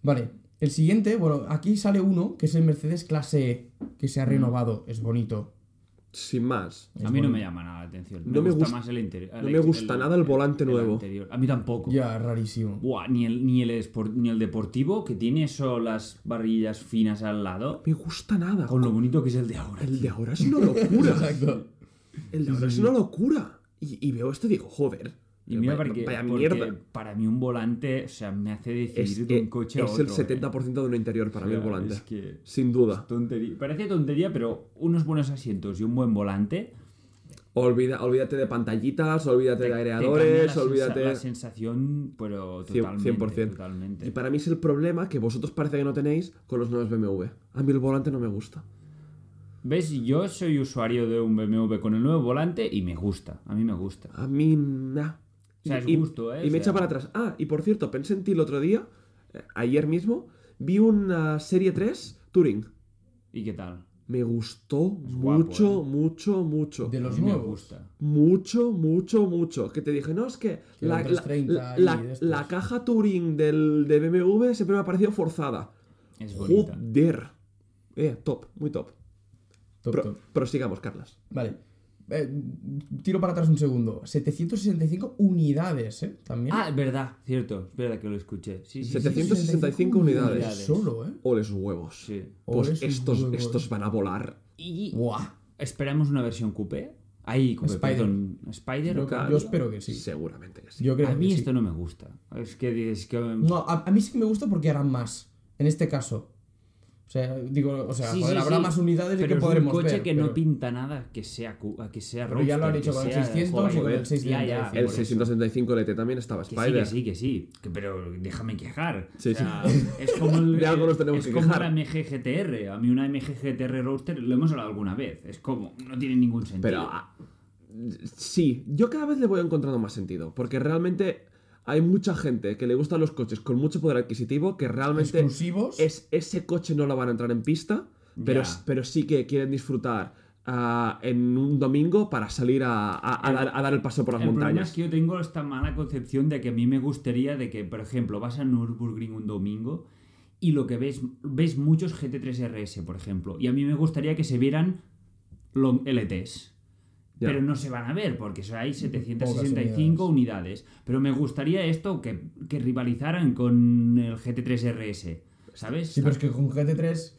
Vale, el siguiente, bueno, aquí sale uno, que es el Mercedes Clase E, que Mm. se ha renovado, es bonito. Sin más. A mí no me llama nada la atención. Me No me gusta gust- más el interior. no me gusta nada el volante nuevo. A mí tampoco. Ya, rarísimo. Buah, ni el, ni, el espor- ni el deportivo que tiene eso las barrillas finas al lado. Me gusta nada. Con lo bonito que es el de ahora. El de ahora es una [laughs] locura. Exacto. El de ahora es una locura. Y, y veo esto y digo, joder. Y mira, vaya- porque, vaya porque mierda. para mí un volante, o sea, me hace decidir Es, de un eh, coche a es otro. el 70% de un interior para mí el O sea, volante. es que- Sin duda. Tontería. Parece tontería, pero unos buenos asientos y un buen volante. Olvida, olvídate de pantallitas, olvídate de te aireadores, cambia la olvídate. sensa- La sensación, pero Cien- totalmente. 100%. totalmente. Y para mí es el problema que vosotros parece que no tenéis con los nuevos BMW. A mí el volante no me gusta. ¿Ves? Yo soy usuario de un BMW con el nuevo volante y me gusta. A mí me gusta. A mí, nah. O sea, es y, gusto, ¿eh? y me O sea- echa para atrás. Ah, y por cierto, pensé en ti el otro día, eh, ayer mismo, vi una Serie 3 Touring. ¿Y qué tal? Me gustó Es guapo, mucho, ¿eh? mucho, mucho. De A los mí me nuevos. gusta. Mucho, mucho, mucho. Que te dije, no, es que Que la, un la, 330 la- y de estos. la caja Touring del, de BMW siempre me ha parecido forzada. Es bonita. Joder. Eh, top, muy top. Top, Pro- top. Prosigamos, Carlas. Vale. Eh, tiro para atrás un segundo. 765 unidades, ¿eh? También. Ah, es verdad, cierto. Es verdad que lo escuché. Sí, sí, sí, 700. 765 unidades. Solo, ¿eh? Oles huevos. sí. Pues Ole sus estos, huevos. estos van a volar. Y Buah. esperamos una versión coupé. Ay, como- Spider. perdón, Spider. Yo- Claro. Yo espero que sí. Seguramente que sí. Yo creo A mí este que sí. esto no me gusta. Es que. Es que No, a, a mí sí que me gusta porque harán más. En este caso. O sea, digo, o sea, Sí, joder, sí, habrá sí. más unidades pero y que es podremos un coche ver, que pero- no pinta nada que sea, cu- que sea Pero ya lo han roadster, hecho que con el sea 600 y con joven, el 600, Ya, ya, sí, El por eso. 665 LT también estaba Que Spider. sí, que sí, que sí. Que- pero déjame quejar. Sí, O sea, Es [laughs] como, el- De algo nos tenemos es que como quejar. la MGGTR. A mí una MGGTR Roadster lo hemos hablado alguna vez. Es como, no tiene ningún sentido. Pero ah, sí, yo cada vez le voy encontrando más sentido, porque realmente hay mucha gente que le gustan los coches con mucho poder adquisitivo, que realmente Exclusivos. es ese coche no lo van a entrar en pista, pero, Ya. pero sí que quieren disfrutar ah, en un domingo para salir a, a- a dar, a dar el paso por las el problema montañas. es que yo tengo esta mala concepción de que a mí me gustaría de que, por ejemplo, vas a Nürburgring un domingo y lo que ves, ves muchos GT3 RS, por ejemplo, y a mí me gustaría que se vieran long LTs. Ya. Pero no se van a ver porque eso hay 765 unidades. unidades. Pero me gustaría esto que, que rivalizaran con el GT3 RS, ¿sabes? Sí, pero es que con GT3.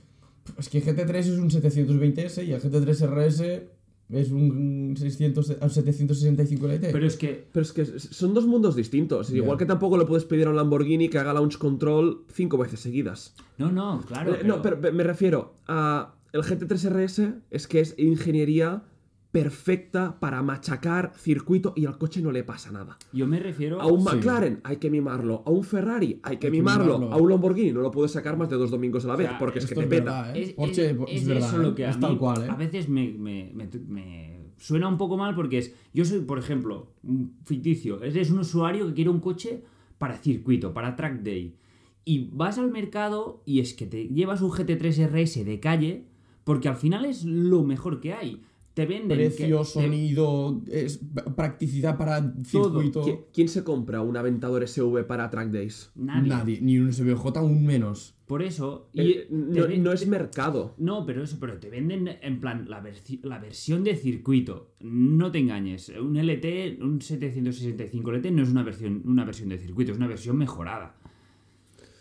Es que GT3 es un 720S y el GT3 RS es un 600, un 765 LT. Pero es que Pero es que son dos mundos distintos. Ya. Igual que tampoco le puedes pedir a un Lamborghini que haga launch control cinco veces seguidas. no, Ah, no, claro. Eh, No, pero me refiero a. El GT3 RS es que es ingeniería perfecta para machacar circuito y al coche no le pasa nada. yo me refiero A un Sí. McLaren hay que mimarlo, a un Ferrari hay que Hay que mimarlo, mimarlo. a un Lamborghini no lo puedes sacar más de dos domingos a la vez sea, porque es que Esto te es peta. verdad, ¿eh? Es, Porsche, es- pues, es es verdad, eso ¿eh? lo que a es mí tal cual, ¿eh? a veces me, me- me- me suena un poco mal porque es yo soy, por ejemplo, un ficticio, eres un usuario que quiere un coche para circuito, para track day. Y vas al mercado y es que te llevas un GT3 RS de calle porque al final es lo mejor que hay. Te venden... que- Precio, te- sonido, es practicidad para circuito. ¿Qui- ¿Quién se compra un Aventador SV para track days? nadie. Nadie. ni un SBJ aún menos. Por eso... y Eh, te no, ven- no es mercado. No, pero eso, pero te venden en plan la, verci- la versión de circuito. No te engañes. Un LT, un 765 LT no es una versión, una versión de circuito, es una versión mejorada.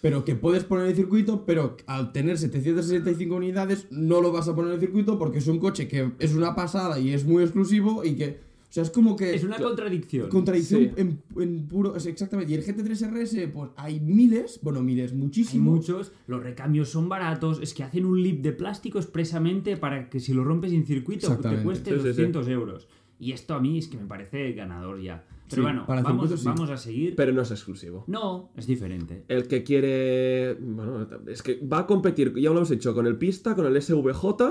Pero que puedes poner en circuito, pero al tener 765 unidades no lo vas a poner en circuito porque es un coche que es una pasada y es muy exclusivo y que... O sea, es como que... Es una contradicción. Contradicción Sí. en, en puro. o sea, exactamente. Y el GT3 RS, pues hay miles, bueno, miles, Hay muchísimos. muchos, los recambios son baratos, es que hacen un lip de plástico expresamente para que si lo rompes en circuito te Exactamente. cueste Sí, sí, sí. 200 euros. Y esto a mí es que me parece ganador ya. Sí, Pero bueno, para vamos, circuito sí. vamos a seguir. Pero no es exclusivo. No, es diferente. El que quiere. Bueno, es que va a competir, ya lo hemos hecho, con el Pista, con el SVJ.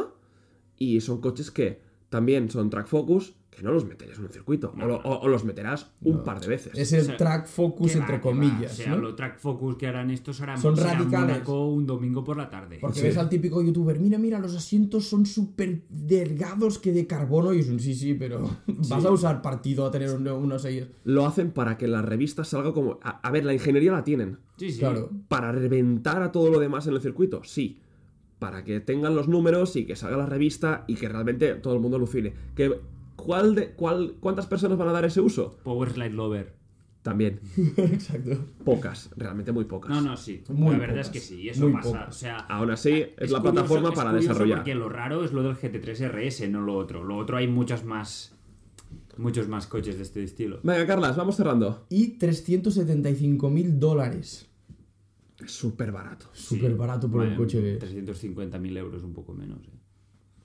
Y son coches que también son track focus, que no los meterías en un circuito. o, lo- o- o los meterás un par de veces. Es el O sea, track focus, Que va, entre que va. comillas. O sea, ¿no? lo track focus que harán estos harán Son será radicales. Mónaco un domingo por la tarde. Porque Sí. ves al típico youtuber, mira, mira, los asientos son súper delgados que de carbono. Y es un sí, sí, pero [laughs] vas a usar partido a tener un- unos ahí. Lo hacen para que la revista salga como. A, a ver, la ingeniería la tienen. Sí, sí. Claro. [laughs] Para reventar a todo lo demás en el circuito, sí. Para que tengan los números y que salga la revista y que realmente todo el mundo lucile. Que, ¿cuál de, cuál, ¿Cuántas personas van a dar ese uso? Power Slide Lover. También. Exacto. Pocas, realmente muy pocas. No, no, sí. Muy la verdad pocas, es que sí. y Eso muy pasa. pocas. O sea, Aún así, Ah, es, la curioso- plataforma Ah, es para curioso desarrollar. Porque lo raro es lo del GT3 RS, no lo otro. Lo otro hay muchas más. Muchos más coches de este estilo. Venga, Carlas, vamos cerrando. Y 375 mil dólares. Súper barato. Súper barato por un Vale, coche que 350.000 euros, un poco menos. eh.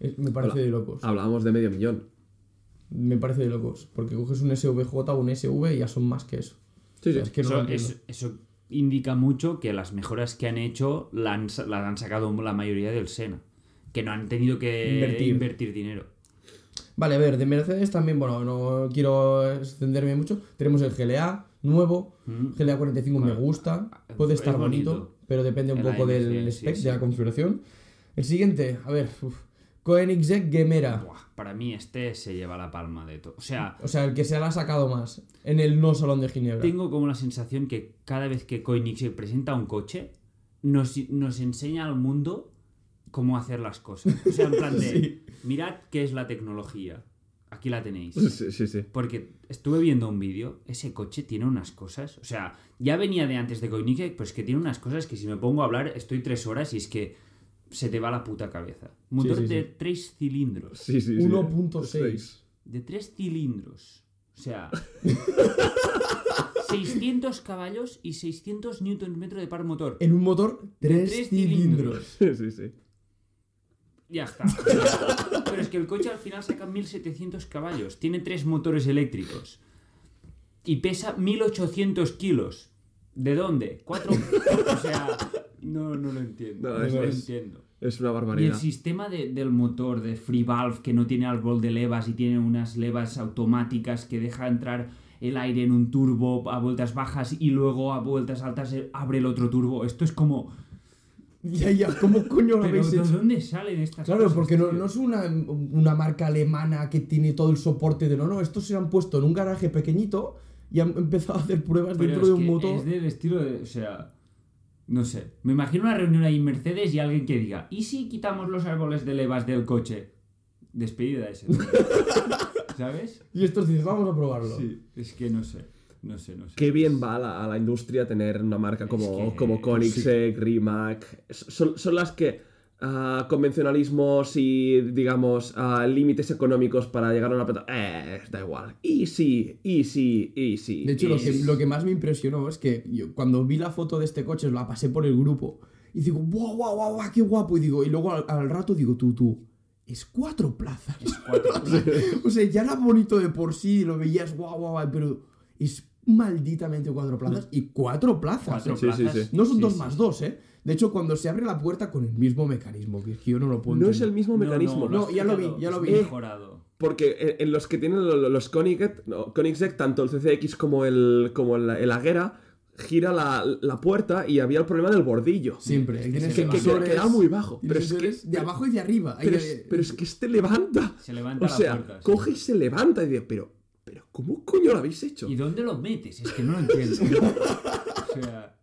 es. Me parece de Ah. locos. Hablábamos de medio millón. Me parece de locos. Porque coges un SVJ o un SV y ya son más que eso. Sí, sí. Es que no lo Eso, entiendo. eso- eso indica mucho que las mejoras que han hecho las han, sa- las han sacado la mayoría del Sena. Que no han tenido que Invertir. invertir dinero. Vale, a ver, de Mercedes también, bueno, no quiero extenderme mucho. Tenemos el GLA nuevo, Mm, GLA 45 me gusta, ah, puede es estar bonito, bonito. pero depende un El poco AMG, del sí, spec, sí. de la configuración. El siguiente, a ver, uf, Koenigsegg Gemera, Buah, para mí este se lleva la palma de todo. O sea, o sea, el que se la ha sacado más en el no salón de Ginebra. tengo como la sensación que cada vez que Koenigsegg presenta un coche, nos, nos enseña al mundo cómo hacer las cosas. O sea, en plan [laughs] de, Sí. mirad qué es la tecnología. Aquí la tenéis. Sí, sí, sí. Porque estuve viendo un vídeo, ese coche tiene unas cosas, o sea, ya venía de antes de Koenigsegg, pero es que tiene unas cosas que si me pongo a hablar estoy tres horas y es que se te va la puta cabeza. Motor sí, de sí. tres cilindros. Sí, sí, sí. 1.6. de tres cilindros. [laughs] O sea, 600 caballos y 600 Nm de par motor. En un motor, tres, tres cilindros. sí, sí. Ya está. Pero es que el coche al final saca 1700 caballos, tiene tres motores eléctricos y pesa 1800 kilos. ¿De dónde? ¿Cuatro? O sea, no, no lo entiendo. No, No, es- lo es- entiendo. Es una Y el barbaridad. sistema de- del motor de free valve que no tiene árbol de levas y tiene unas levas automáticas que deja entrar el aire en un turbo a vueltas bajas y luego a vueltas altas eh, abre el otro turbo. Esto es como... Ya, ya, ¿cómo coño lo ¿Pero pues habéis de hecho? dónde salen estas Claro, cosas, porque no, tío? no es una, una marca alemana que tiene todo el soporte de no, no, estos se han puesto en un garaje pequeñito y han empezado a hacer pruebas Pero dentro es de un que motor. Es del estilo de. O sea. No sé. Me imagino una reunión ahí en Mercedes y alguien que diga: ¿Y si quitamos los árboles de levas del coche? Despedida [laughs] ese. tío. ¿Sabes? Y estos dicen, vamos a probarlo. Sí. Es que no sé. No sé, no sé. Qué bien va a la, a la industria tener una marca como, que- como Koenigsegg, Rimac. Son, son las que ah, convencionalismos y, digamos, ah, límites económicos para llegar a una plata. Eh, da igual. Easy, easy, easy. De hecho, lo que, easy. lo que más me impresionó es que yo, cuando vi la foto de este coche, la pasé por el grupo y digo, wow, wow, wow, wow, qué guapo. Y digo, y luego al, al rato digo, tú, tú, es cuatro plazas. Cuatro. [laughs] o sea, ya era bonito de por sí, lo veías, guau, guau, guau, pero es malditamente cuatro plazas y cuatro plazas. Cuatro ¿eh? Sí, sí, plazas. sí. No son Sí, dos sí. más dos, ¿eh? De hecho, cuando se abre la puerta con el mismo mecanismo, que es que yo no lo puedo no es el entender. mismo No, mecanismo. no, has ya lo vi, quitado, ya lo has vi. Mejorado. Porque en, en los que tienen lo- lo- los Koenigsegg, no, Koenigsegg, tanto el CCX como el, como el, el Aguera, gira la, la puerta y había el problema del bordillo. Siempre. Tienes se Que, que- que sensores- era muy bajo. tienes Pero es, que, sensores de abajo y de arriba. Hay pero, que- es, pero es que este levanta. Se levanta O sea, la puerta. sí. coge y se levanta y dice, pero, pero ¿cómo coño lo habéis hecho? ¿Y dónde lo metes? Es que no lo [laughs] entiendo. o sea.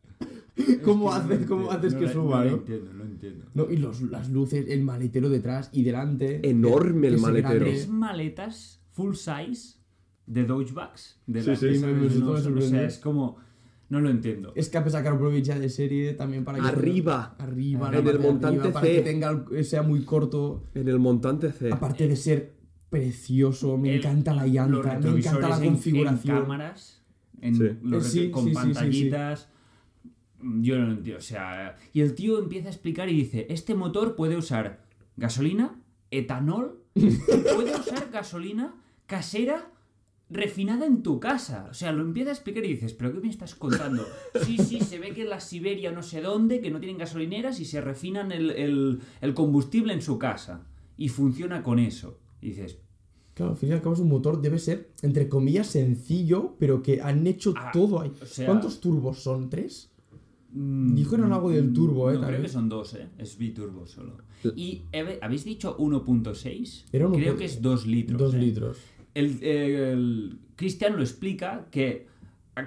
es ¿Cómo que no lo haces- cómo entiendo, haces no que lo- suba, No lo no? entiendo, no lo entiendo. No, y los, las luces, el maletero detrás y delante. Enorme el Ese maletero. grande- tres maletas full size de Dodgebacks. De Sí, las sí, que me- sabes, me no, resultó o sea, sorprendente. es como. No lo entiendo. Escape sacar provincia de serie también para que. Arriba. Arriba, En la el parte de montante arriba, Para C. que tenga, el- sea muy corto. En el montante C. Aparte de ser precioso, me El- encanta la Los llanta, me encanta la retrovisores en- En, configuración. cámaras, en Sí. los Eh, retro- sí, con sí, sí, sí, sí. pantallitas. Yo no lo entiendo. O sea. Y el tío empieza a explicar y dice: Este motor puede usar gasolina, etanol, puede usar gasolina casera. Refinada en tu casa. O sea, lo empieza a explicar y dices, ¿pero qué me estás contando? Sí, sí, se ve que en la Siberia no sé dónde, que no tienen gasolineras y se refinan el, el- el combustible en su casa. Y funciona con eso. Y dices, Claro, al fin y al cabo es un motor, debe ser, entre comillas, sencillo, pero que han hecho Ah, todo ahí. o sea- ¿Cuántos turbos son? ¿Tres? Mm, Dijeron algo del turbo, eh, No, tal creo que vez. son dos, ¿eh? Es biturbo solo. Y habe- habéis dicho 1.6. Era uno Creo por- que es 2 litros. Dos eh. litros. El, eh, el Cristian lo explica que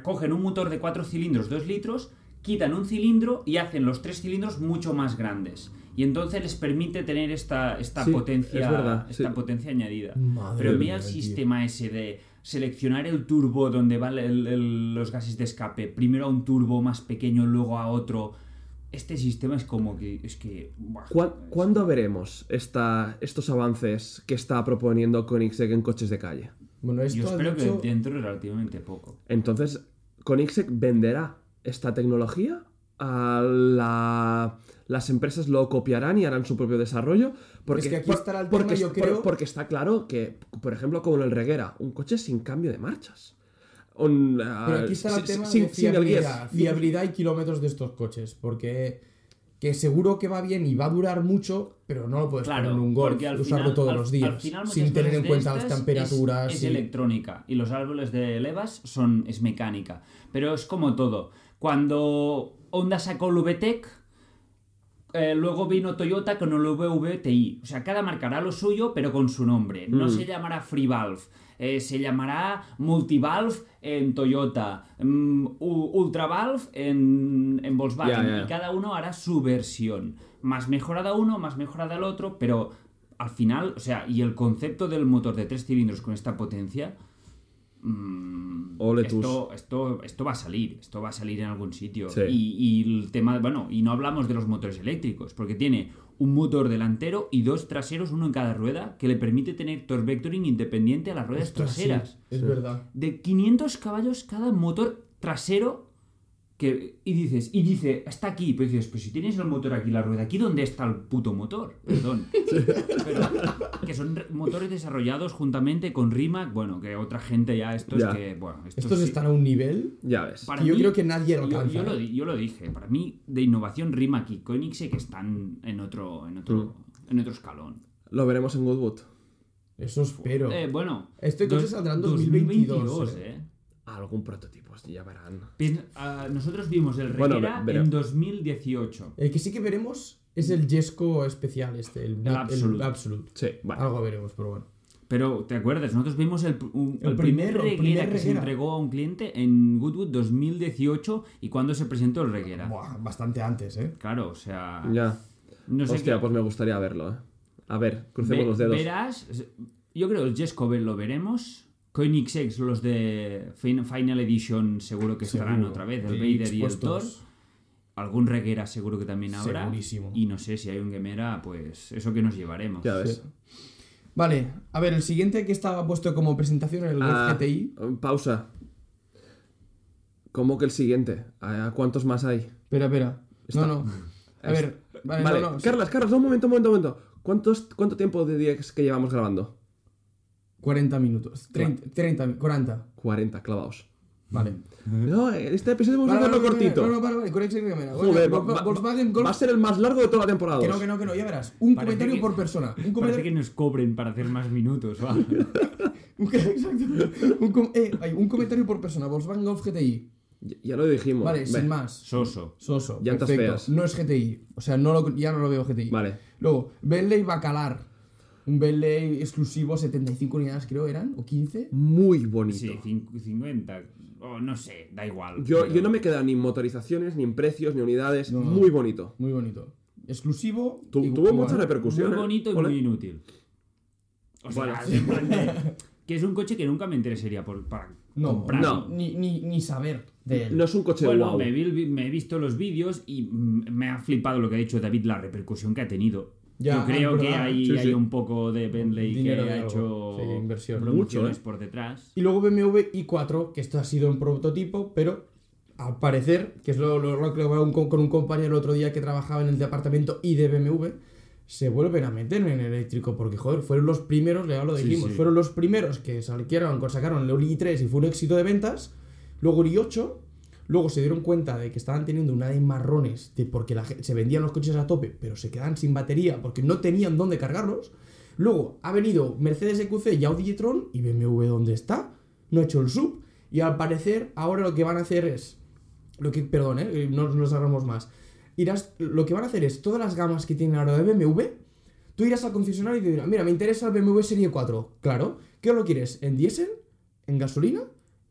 cogen un motor de 4 cilindros, 2 litros, quitan un cilindro y hacen los 3 cilindros mucho más grandes. Y entonces les permite tener esta, esta Sí, potencia es verdad, esta sí. potencia añadida. Madre Pero mira el mía, tío. sistema ese de seleccionar el turbo donde van el- el- los gases de escape, primero a un turbo más pequeño, luego a otro. Este sistema es como que es que buah, ¿Cuá- ¿Cuándo veremos esta, estos avances que está proponiendo Koenigsegg en coches de calle? Bueno, esto yo has espero que dicho- dentro de relativamente poco. Entonces, Koenigsegg venderá esta tecnología a la- Las empresas lo copiarán y harán su propio desarrollo. Porque, Es que aquí por- estará el tema, porque, yo por- creo. porque está claro que, por ejemplo, como en el Reguera, un coche sin cambio de marchas. Un, ah, Pero aquí está el sin- tema sin- de sin el guía. fiabilidad, fiabilidad y kilómetros de estos coches, porque que seguro que va bien y va a durar mucho, pero no lo puedes poner en un golf porque al usarlo final- todos al- los al días, final sin muchas tener veces en de cuenta las estas es- temperaturas. Es, y- electrónica y los árboles de levas son, es mecánica. Pero es como todo. Cuando Honda sacó el VTEC, eh, luego vino Toyota con el VVTI. O sea, cada marcará lo suyo, pero con su nombre. No se llamará Free Valve. eh, se llamará Multivalve en Toyota, mm, U- Ultravalve en, en Volkswagen. Ya, ya, ya. pues Y cada uno hará su versión. Más mejorada uno, más mejorada el otro, pero al final, o sea, y el concepto del motor de tres cilindros con esta potencia. mm, Ole tus. esto, esto, esto va a salir, esto va a salir en algún sitio. Sí. Y, y el tema, bueno, y no hablamos de los motores eléctricos, porque tiene un motor delantero y dos traseros, uno en cada rueda, que le permite tener torque vectoring independiente a las ruedas Ostras, sí, traseras. Es verdad. De 500 caballos cada motor trasero que y dices y dice está aquí pero dices pues si tienes el motor aquí la rueda aquí dónde está el puto motor [laughs] perdón Pero, que son re- motores desarrollados juntamente con Rimac bueno que otra gente ya estos Ya. que bueno estos Estos sí- están a un nivel. Ya ves. para que yo creo que nadie yo- alcanza, yo, lo, ¿eh? di- yo lo dije para mí de innovación Rimac y Koenigsegg están en otro en otro Mm. en otro escalón Lo veremos en Goodwood. Eso espero. Eh, bueno Este coche dos- saldrá en 2022, eh. Algún prototipo, ya verán. Piensa- ah, nosotros vimos el Bueno, Requera pero- en 2018. El que sí que veremos es el Jesco especial este, el, el Absolute. Absolute. Sí, vale. Algo veremos, pero bueno. Pero, ¿te acuerdas? Nosotros vimos el, un- El el primer primero, el Reguera primer que se Reguera. entregó a un cliente en Goodwood 2018 y cuando se presentó el Reguera. Buah, bastante antes, ¿eh? Claro, o sea... Ya. Ah, No sé Hostia, qué- pues me gustaría verlo, ¿eh? A ver, crucemos ve- los dedos. Verás... Yo creo el Jesco lo veremos. Koenigsegg, los de Fin- Final Edition, seguro que estarán Seguro. otra vez. El Y Vader y el Thor. expuestos. Algún Reguera seguro que también habrá. Segurísimo. Y no sé si hay un Gemera, pues eso que nos llevaremos. Ya ves. Vale, a ver, el siguiente que estaba puesto como presentación era el Ah, Golf GTI, Pausa. ¿Cómo que el siguiente? ¿A cuántos más hay? Espera, espera. Está- No, no. A ver, vale, Vale, no, no, sí. Carlas, Carlas, un momento, un momento, un momento. ¿Cuántos, ¿Cuánto tiempo de día es que llevamos grabando? 40 minutos. 30, 30, 40. 40 clavados. Vale. No, este episodio vamos a Vale, hacerlo vale, vale, cortito. No, no, vale, vale. Koenigsegg Gamera. Joder, Vol- va- va- Volkswagen Golf. va a ser el más largo de toda la temporada. Que no, dos. que no, que no. Ya verás. Un Parece comentario que- por persona. Un Parece comentario. que nos cobren para hacer más minutos, [laughs] va. [laughs] Un, exacto. Un com- eh, ay, un comentario por persona. Volkswagen Golf GTI. Ya, ya lo dijimos. Vale, Ve. sin más. Soso. Soso. Llantas perfecto. feas. No es GTI. O sea, no lo- ya no lo veo GTI. Vale. Luego, Bentley Bacalar. Un Bentley exclusivo, 75 unidades creo eran, o 15. Muy bonito. Sí, cincu- 50. O no sé, da igual. Yo, pero- yo no me he quedado ni en motorizaciones, ni en precios, ni unidades. No. Muy bonito. Muy bonito. Exclusivo. Tu- igu- tuvo igual. mucha repercusión. Muy ¿eh? bonito y Ole. muy inútil. O sea, Bueno. en [laughs] plan de- que es un coche que nunca me interesaría por, para No, comprar. no. Ni, ni, ni saber de él. No es un coche Bueno, guau. me, vi- me he visto los vídeos y mm, me ha flipado lo que ha dicho David, la repercusión que ha tenido. Ya, Yo creo es que verdad. hay, Sí, hay sí. un poco de Bentley Dinero que de ha algo. hecho Sí, inversión. promociones Mucho, ¿eh? por detrás. Y luego BMW i4, que esto ha sido un prototipo, pero al parecer, que es lo, lo, lo que hablaba un co- con un compañero el otro día que trabajaba en el departamento I de BMW, se vuelven a meter en el eléctrico, porque joder, fueron los primeros, ya lo Sí, dijimos, sí. fueron los primeros que salieron, sacaron el Oli i3 y fue un éxito de ventas, luego el i8, luego se dieron cuenta de que estaban teniendo una de marrones, de porque la gen- se vendían los coches a tope, pero se quedaban sin batería porque no tenían dónde cargarlos, Luego ha venido Mercedes EQC y Audi e-tron y BMW ¿dónde está? No ha hecho el sub y al parecer ahora lo que van a hacer es lo que perdón, ¿eh? no no nos hagamos más. Irás lo que van a hacer es todas las gamas que tienen ahora de BMW Tú irás al concesionario y te dirán, mira, me interesa el BMW Serie 4. Claro. ¿Qué lo quieres? ¿En diésel? ¿En gasolina?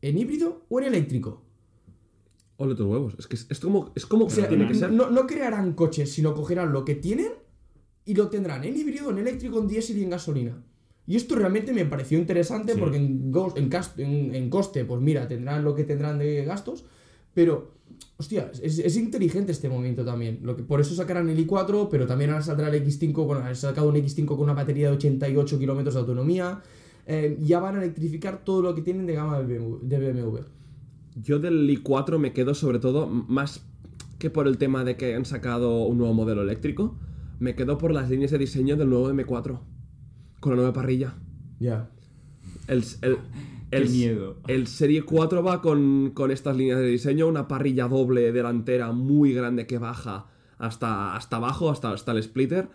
¿En híbrido? ¿O en eléctrico? Ole tus huevos. Es que es, es como, es como O que sea, tiene que ser. no, no crearán coches, sino cogerán lo que tienen y lo tendrán en híbrido, en eléctrico, en diésel y en gasolina. Y esto realmente me pareció interesante Sí. porque en, gos- en cas- en- en coste, pues mira, tendrán lo que tendrán de gastos, pero, hostia, es, es inteligente este movimiento también. Lo que, por eso sacarán el i4, pero también ahora saldrá el X5, bueno, han sacado un X5 con una batería de 88 kilómetros de autonomía. eh, ya van a electrificar todo lo que tienen de gama del BMW, de BMW. Yo del i4 me quedo sobre todo m- más que por el tema de que han sacado un nuevo modelo eléctrico. Me quedo por las líneas de diseño del nuevo M4. Con la nueva parrilla. Ya. El, el, el- Qué miedo. El Serie 4 va con, con estas líneas de diseño, una parrilla doble delantera muy grande que baja hasta, hasta abajo, hasta, hasta el splitter.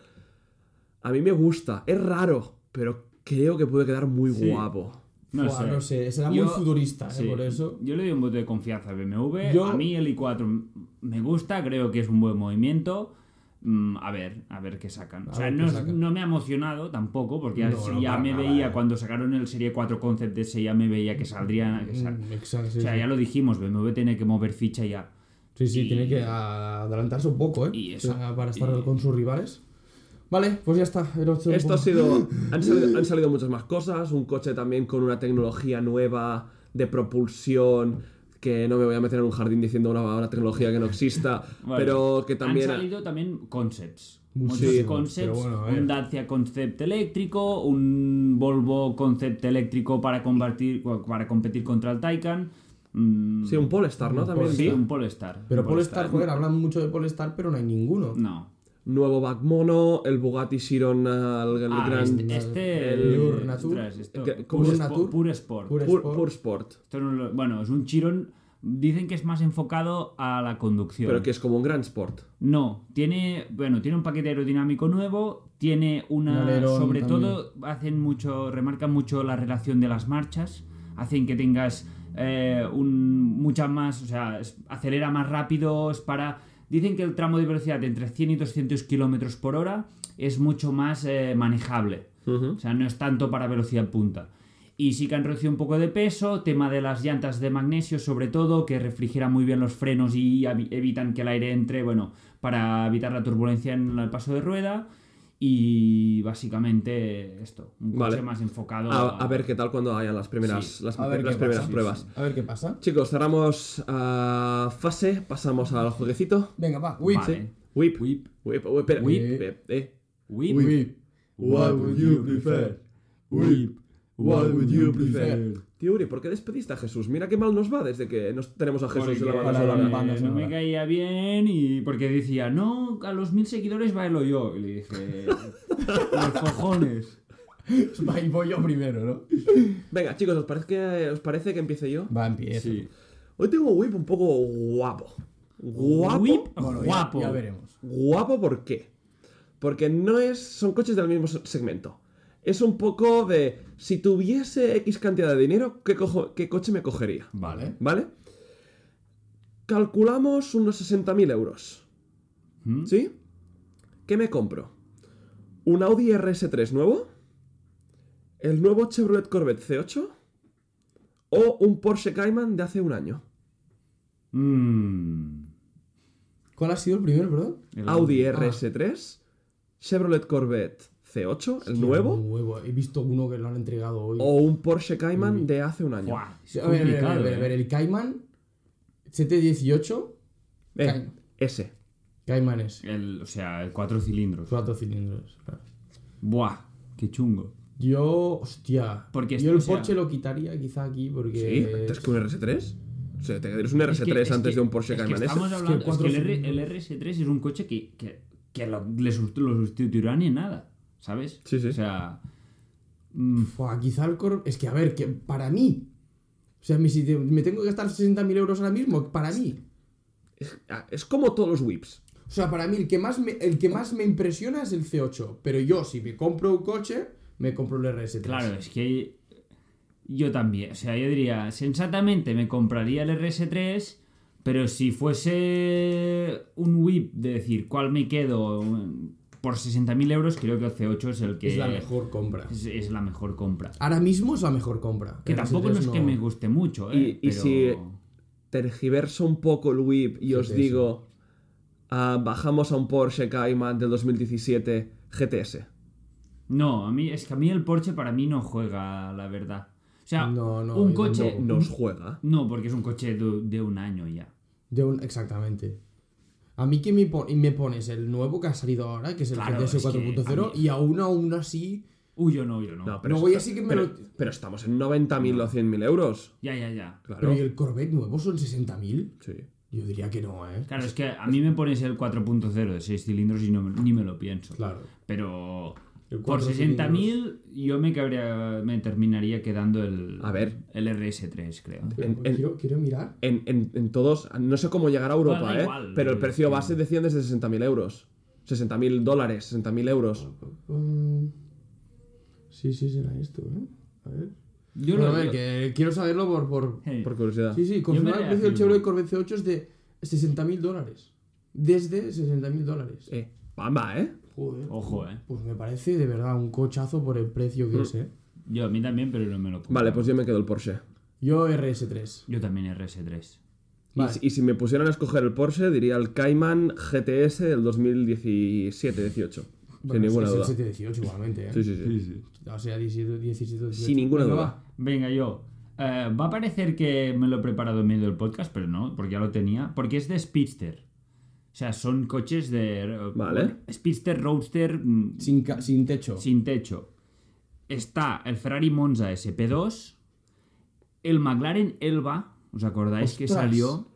A mí me gusta, es raro, pero creo que puede quedar muy Sí. guapo. No, Buah, sé. no sé, será muy futurista, ¿eh? por eso. Yo le doy un voto de confianza a BMW. Yo- A mí el i4 m- me gusta, creo que es un buen movimiento. Mm, a ver, a ver qué sacan. O A sea, ver qué no, es- sacan. no me ha emocionado tampoco, porque ya, No, si no, ya para me nada, veía eh. cuando sacaron el Serie 4 Concept ese, ya me veía que saldría. que sal- Mm, Exacto, sí, O sea, sí. ya lo dijimos, BMW tiene que mover ficha ya. Sí, sí, Y- tiene que adelantarse un poco, ¿eh? Y O sea, eso. para estar Y- con sus rivales. Vale, pues ya está. era esto un Esto ha poco. [laughs] sido. Han salido, han salido muchas más cosas. Un coche también con una tecnología nueva de propulsión, que no me voy a meter en un jardín diciendo una, una tecnología que no exista, [laughs] Vale. pero que también... Han salido también concepts. Muchos Muchísimos, concepts, pero bueno, a ver. un Dacia concept eléctrico, un Volvo concept eléctrico para, combatir, para competir contra el Taycan. mm, Sí, un Polestar, ¿no? También. sí, un Polestar. Pero un Polestar, joder, hablan mucho de Polestar, pero no hay ninguno. No. Nuevo Backmono, el Bugatti Chiron, el, el Ah, gran... este, este- el- Pure Nature. ostras, esto- Que- Pure, Pure Spo- Nature. Pure Sport. Pure Pur- Sport. Pure Sport. Esto no lo- bueno, es un Chiron. Dicen que es más enfocado a la conducción. Pero que es como un gran sport. No, tiene, bueno, tiene un paquete aerodinámico nuevo, tiene Un una, alerón sobre también. todo hacen mucho, remarcan mucho la relación de las marchas, hacen que tengas eh, un mucha más, o sea, es- acelera más rápido, es para, dicen que el tramo de velocidad entre 100 y 200 kilómetros por hora es mucho más eh, manejable. Ujú. O sea, no es tanto para velocidad punta. Y sí que han reducido un poco de peso, tema de las llantas de magnesio sobre todo, que refrigeran muy bien los frenos y avi- evitan que el aire entre, bueno, para evitar la turbulencia en el paso de rueda. Y básicamente esto, un coche Vale. más enfocado A, a ver qué tal cuando hayan las primeras, Sí. las, A ver las qué primeras pasa. pruebas. A ver qué pasa. Chicos, cerramos ah, fase, pasamos al jueguecito. Venga, va. Wii. Vale. Sí. Whip. Whip. Whip. Whip. espera. Whip. Eh, eh. Whip. Wii. What would you prefer? Whip. What would you prefer? [laughs] Tío Uri, ¿por qué despediste a Jesús? Mira qué mal nos va desde que nos tenemos a Jesús Porque, en la banda para la sonora. banda eh, no sonora. me caía bien y porque decía, no, a los mil seguidores bailo yo. Y le dije, [laughs] los cojones. Va, y voy yo primero, ¿no? Venga, chicos, ¿os parece, que, ¿os parece que empiece yo? Va, empieza. Sí. Hoy tengo un whip un poco guapo. Guapo. Whip, Bueno, ya- guapo. Ya, veremos. Guapo, ¿por qué? Porque no es. Son coches del mismo segmento. Es un poco de. Si tuviese X cantidad de dinero, ¿qué, cojo- qué coche me cogería? Vale. ¿Vale? Calculamos unos 60.000 euros. ¿Mm? ¿Sí? ¿Qué me compro? ¿Un Audi RS3 nuevo? ¿El nuevo Chevrolet Corvette C8? ¿O un Porsche Cayman de hace un año? Mm. ¿Cuál ha sido el primero, perdón? El- Audi RS3, Chevrolet Corvette C8, el nuevo, Nuevo. He visto uno que lo han entregado hoy. o un Porsche Cayman de hace un año. Buah, es Sí, a ver, a ver, a ver, complicado, a ver, a ver, eh. el Cayman 718. Eh, Cayman. ese. Cayman es. El- o sea, el cuatro cilindros. Cuatro cilindros. claro. Buah, qué chungo. Yo, hostia. Porque yo esto, el o sea- este Porsche lo quitaría quizá aquí porque. ¿Sí? ¿Antes que un RS3? O sea, te quedarías un RS3 Es que- es antes que- de un Porsche es que Cayman ese. estamos hablando- es cuatro que el, R- cilindros. el RS3 es un coche que, que, que lo, le sust- lo sustituirá ni nada, ¿sabes? Sí, sí. O sea, mm, Fua, quizá el Corvette. Es que, a ver, que para mí. O sea, mi- si te- me tengo que gastar 60.000 euros ahora mismo, para mí. Es, ah, es como todos los whips. O sea, para mí el que, más me, el que más me impresiona es el C8. Pero yo, si me compro un coche, me compro el RS3. claro, es que yo también. O sea, yo diría, sensatamente me compraría el RS3, pero si fuese un whip de decir cuál me quedo mm, por 60.000 euros, creo que el C8 es el que Es la mejor compra. es- es la mejor compra. Ahora mismo es la mejor compra. Que El tampoco no RS3 es que me guste mucho, ¿eh? Y- y pero... si- Tergiverso un poco el whip y os GTS. digo, ah, bajamos a un Porsche Cayman del 2017 GTS. No, a mí, es que a mí el Porsche para mí no juega, la verdad. O sea, No, no, un yo coche... tampoco. Nos juega. No, porque es un coche de, de un año ya. De un, exactamente. A mí que me, pon- me pones el nuevo que ha salido ahora, que es el Claro, GTS es que 4.0, a mí- y aún aún así. Uy, yo no, yo no. No, pero, No voy esta- así que me pero, lo- pero estamos en 90.000 o 100.000 euros. Ya, ya, ya. Claro. Pero ¿y el Corvette nuevo son 60.000? Sí. Yo diría que no, ¿eh? Claro, es que a mí me pones el 4.0 de 6 cilindros y no me- ni me lo pienso. Claro. Pero El por cuatro 60.000 yo me, cabría, me terminaría quedando el, A ver. el RS3, creo. En- en- Quiero, quiero mirar. En, en- en todos, no sé cómo llegar a Europa, Bueno, da ¿eh? igual. pero el precio Sí. base decían desde 60.000 euros. 60.000 dólares, 60.000 euros. Mm, Sí, sí, será esto, ¿eh? A ver. Yo Bueno, lo a ver, yo- que quiero saberlo por. por... Eh, Por curiosidad. Sí, sí, confirmar me el precio del reafirmo. Chevrolet Corvette C8 es de 60.000 dólares. Desde 60.000 dólares. Eh, pamba, ¿eh? Joder. Ojo, eh. Pues me parece de verdad un cochazo por el precio Mm. que es, ¿eh? Yo a mí también, pero no me lo compro. Vale, pues yo me quedo el Porsche. Yo RS3. Yo también RS3. Y Vale. si- Y, si me pusieran a escoger el Porsche, diría el Cayman GTS del 2017-18. sin Bueno, es- ninguna es duda. el 718 igualmente, ¿eh? Sí, sí, sí. sí. O sea, 17, 17 18. Sin ninguna Venga, duda. va. Venga, yo. Eh, va a parecer que me lo he preparado en medio del podcast, pero no, porque ya lo tenía. Porque es de Speedster. O sea, son coches de. eh, Vale. Speedster, Roadster, mm, Sin, ca- sin techo. sin techo. Está el Ferrari Monza SP2, el McLaren Elba, ¿os acordáis que Ostras. salió?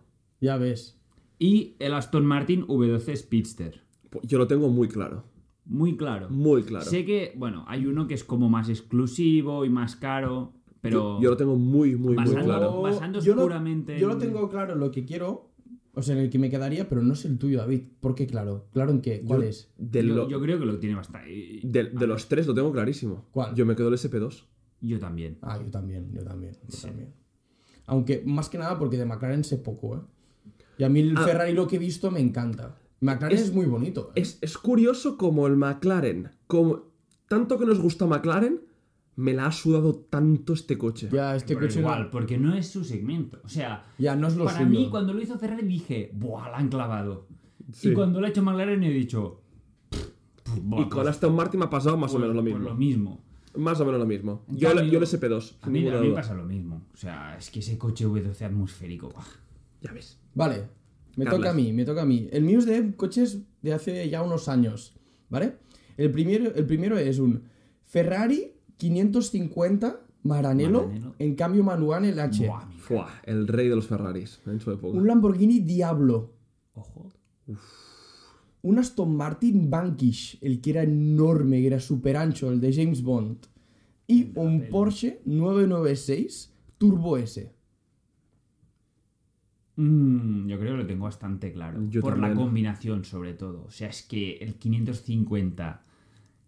Ya ves. Y el Aston Martin V12 Speedster. Pues Yo lo tengo muy claro. Muy claro. Muy claro. Sé que, bueno, hay uno que es como más exclusivo y más caro, pero... Yo lo tengo muy, muy, muy Basado- Pues claro. Basando yo lo- puramente Yo lo en- tengo claro lo que quiero, o sea, en el que me quedaría, pero no es el tuyo, David. ¿Por qué claro? ¿Claro en qué? ¿Cuál Yo- es? de yo, lo- yo creo que lo tiene bastante... de- de los tres lo tengo clarísimo. ¿Cuál? Yo me quedo el SP2. Yo también. Ah, yo también, yo también, yo Sí. también. Aunque más que nada porque de McLaren sé poco, ¿eh? Y a mí el Ah. Ferrari lo que he visto me encanta. McLaren es, Es- muy bonito. ¿eh? Es, es curioso como el McLaren, como tanto que nos gusta McLaren, me la ha sudado tanto este coche. ya este Pero coche igual, no, porque no es su segmento. O sea, ya no es lo para suyo. mí cuando lo hizo Ferrari dije, ¡buah, la han clavado! Sí. Y cuando lo ha hecho McLaren he dicho... "Pff, pff, buah, y con pues- Aston Martin me ha pasado más o pues- menos lo pues mismo. lo mismo. Más o menos lo mismo. En Yo, cambio, yo el SP2. A sin mí, a ninguna mí duda. pasa lo mismo. O sea, es que ese coche V12 atmosférico. buah. Ya ves. Vale, me Carlas. toca a mí, me toca a mí. El mío es de coches de hace ya unos años, ¿vale? El primero, el primero es un Ferrari 550 Maranello, Maranello. en cambio manual el H. Buah, mi- Fuah, el rey de los Ferraris en su época. Un Lamborghini Diablo. Ojo. Un Aston Martin Vanquish, el que era enorme, que era súper ancho, el de James Bond. Y un Porsche 996 Turbo S. Mm, yo creo que lo tengo bastante claro. Yo por la también. combinación, sobre todo. O sea, es que el 550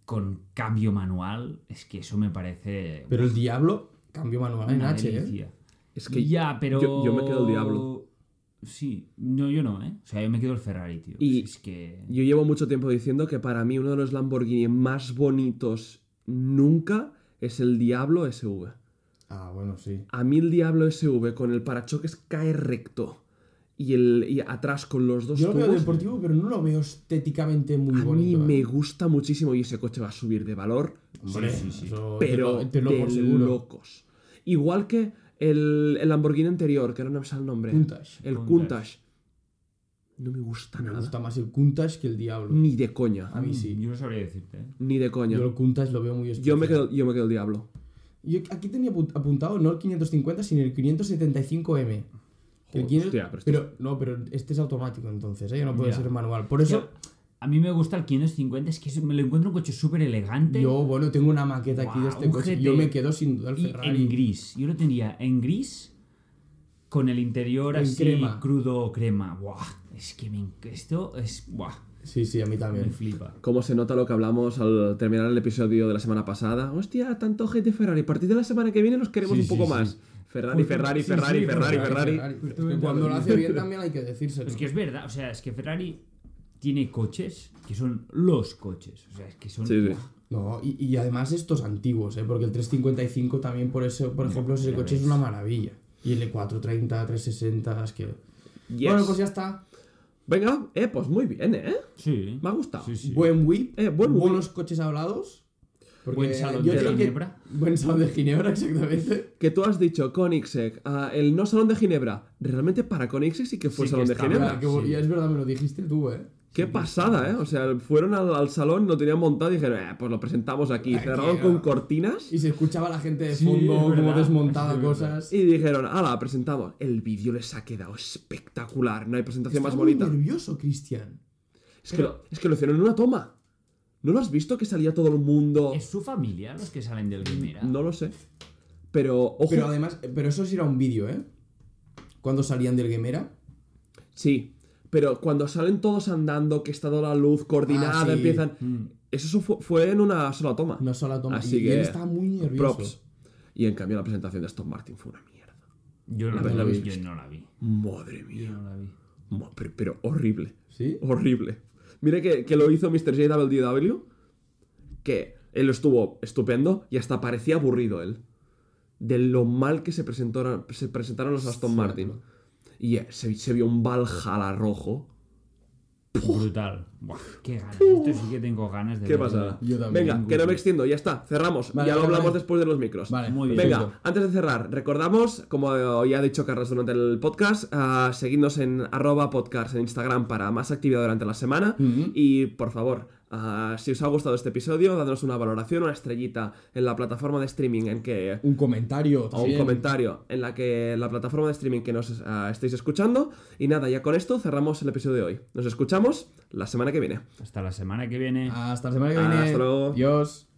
con cambio manual, es que eso me parece Pero el Diablo, cambio manual en una H, ¿eh? delicia. Es que ya, pero. yo- yo me quedo el Diablo. Sí, no, yo no, ¿eh? O sea, yo me quedo el Ferrari, tío. Y- Es que. yo llevo mucho tiempo diciendo que para mí uno de los Lamborghini más bonitos nunca es el Diablo SV. Ah, bueno, sí. A mí el Diablo SV con el parachoques cae recto y, el, y atrás con los dos Yo lo veo tubos, deportivo, pero no lo veo estéticamente a muy mí bonito. ¿eh? me gusta muchísimo y ese coche va a subir de valor, Hombre, sí, sí, sí. eso te pero lo- te lo de por seguro. locos. Igual que el, el Lamborghini anterior, que ahora no me sale el nombre. Countach. El Countach. Countach. No me gusta eh, Me nada. gusta más el Countach que el Diablo. Ni de coña. A mí sí. Yo no sabría decirte, ¿eh? Ni de coña. Yo el Yo, Countach lo veo muy especial. me, quedo, yo me quedo el diablo. Yo aquí tenía apu- apuntado no el 550, sino el 575M. Que el Joder, 500 hostia, pero pero, este no, pero este es automático entonces, ¿eh? Ya no puede Ya. ser manual. Por eso A mí me gusta el 550, es que es- me lo encuentro un coche súper elegante. yo, bueno, tengo una maqueta aquí de Guau, este un coche. GT. Yo me quedo sin duda el Y Ferrari. en gris. Yo lo tendría en gris con el interior En así crema. crudo crema. Buah, es que me enc- esto es buah, Sí, sí, a mí me también. flipa. ¿Cómo se nota lo que hablamos al terminar el episodio de la semana pasada? Hostia, tanto gente Ferrari. A partir de la semana que viene nos queremos Sí, un poco sí, Pues, más. sí. Ferrari, Ferrari, Ferrari, Ferrari, Ferrari, Es que cuando lo hace bien también hay que decírselo. Es Pues que es verdad, o sea, es que Ferrari tiene coches que son los coches, o sea, es que son Sí, sí. buah, No, y, y además estos antiguos, ¿eh? Porque el 355 también, por eso, por ejemplo, ese ya coche es ves. una maravilla. Y el 430, 360, es que... Yes. Bueno, pues ya está. Venga, eh, pues muy bien, ¿eh? sí. Me ha gustado. Sí, sí. Buen whip, Eh, buen whip. buenos coches hablados. porque Buen salón yo de creo que- Ginebra. Buen salón de Ginebra, [laughs] exactamente. Que tú has dicho Koenigsegg, ah, el no salón de Ginebra. Realmente para Koenigsegg sí que fue Sí que salón de estaba. Ginebra. Ah, que bo- sí. Ya es verdad, me lo dijiste tú, ¿eh? Qué pasada, ¿eh? O sea, fueron al, al salón, lo tenían montado y dijeron, eh, pues lo presentamos aquí. Aquí, Cerraron ah. con cortinas Y se escuchaba la gente de Sí, fondo es como verdad, desmontaba es verdad. cosas. y dijeron, ala, presentamos. El vídeo les ha quedado espectacular, no hay presentación Estaba más muy bonita. nervioso, Cristian. Es que, lo, es que lo hicieron en una toma. ¿No lo has visto que salía todo el mundo? ¿Es su familia los que salen del Guimera? No lo sé. Pero, ojo, Pero además, pero eso sí era un vídeo, ¿eh? Cuando salían del Gemera. sí. Pero cuando salen todos andando, que está toda la luz coordinada, Ah, sí. empiezan... Eso fue, fue en una sola toma. Una sola toma. Así y que, él estaba muy nervioso. Props. Y en cambio la presentación de Aston Martin fue una mierda. Yo no la, Pero vi, lo habéis yo no la vi. Madre mía. Yo no la vi. Mo- Pero, pero horrible. ¿Sí? Horrible. Mira que, que lo hizo Mr. JWDW, que él estuvo estupendo y hasta parecía aburrido él. De lo mal que se, presentó, se presentaron los Aston Martin. Y eh, se, se vio un Valhalla rojo. Brutal. Buah, qué ganas. Esto sí que tengo ganas de ¿Qué verlo. pasa? Yo también. Venga, que no me extiendo, ya está, cerramos. Vale, ya lo vale, hablamos vale. después de los micros. Vale, Muy bien. Venga, perfecto. antes de cerrar, recordamos, como ya ha dicho Carlos durante el podcast, a seguidnos en arroba podcast en Instagram para más actividad durante la semana. Y por favor, ah, si os ha gustado este episodio, dadnos una valoración, una estrellita en la plataforma de streaming en que Un comentario. o un también. comentario en la que la plataforma de streaming que nos ah, estéis escuchando. Y nada, ya con esto cerramos el episodio de hoy. Nos escuchamos la semana que viene. Hasta la semana que viene. Hasta la semana que viene. Hasta luego. Adiós.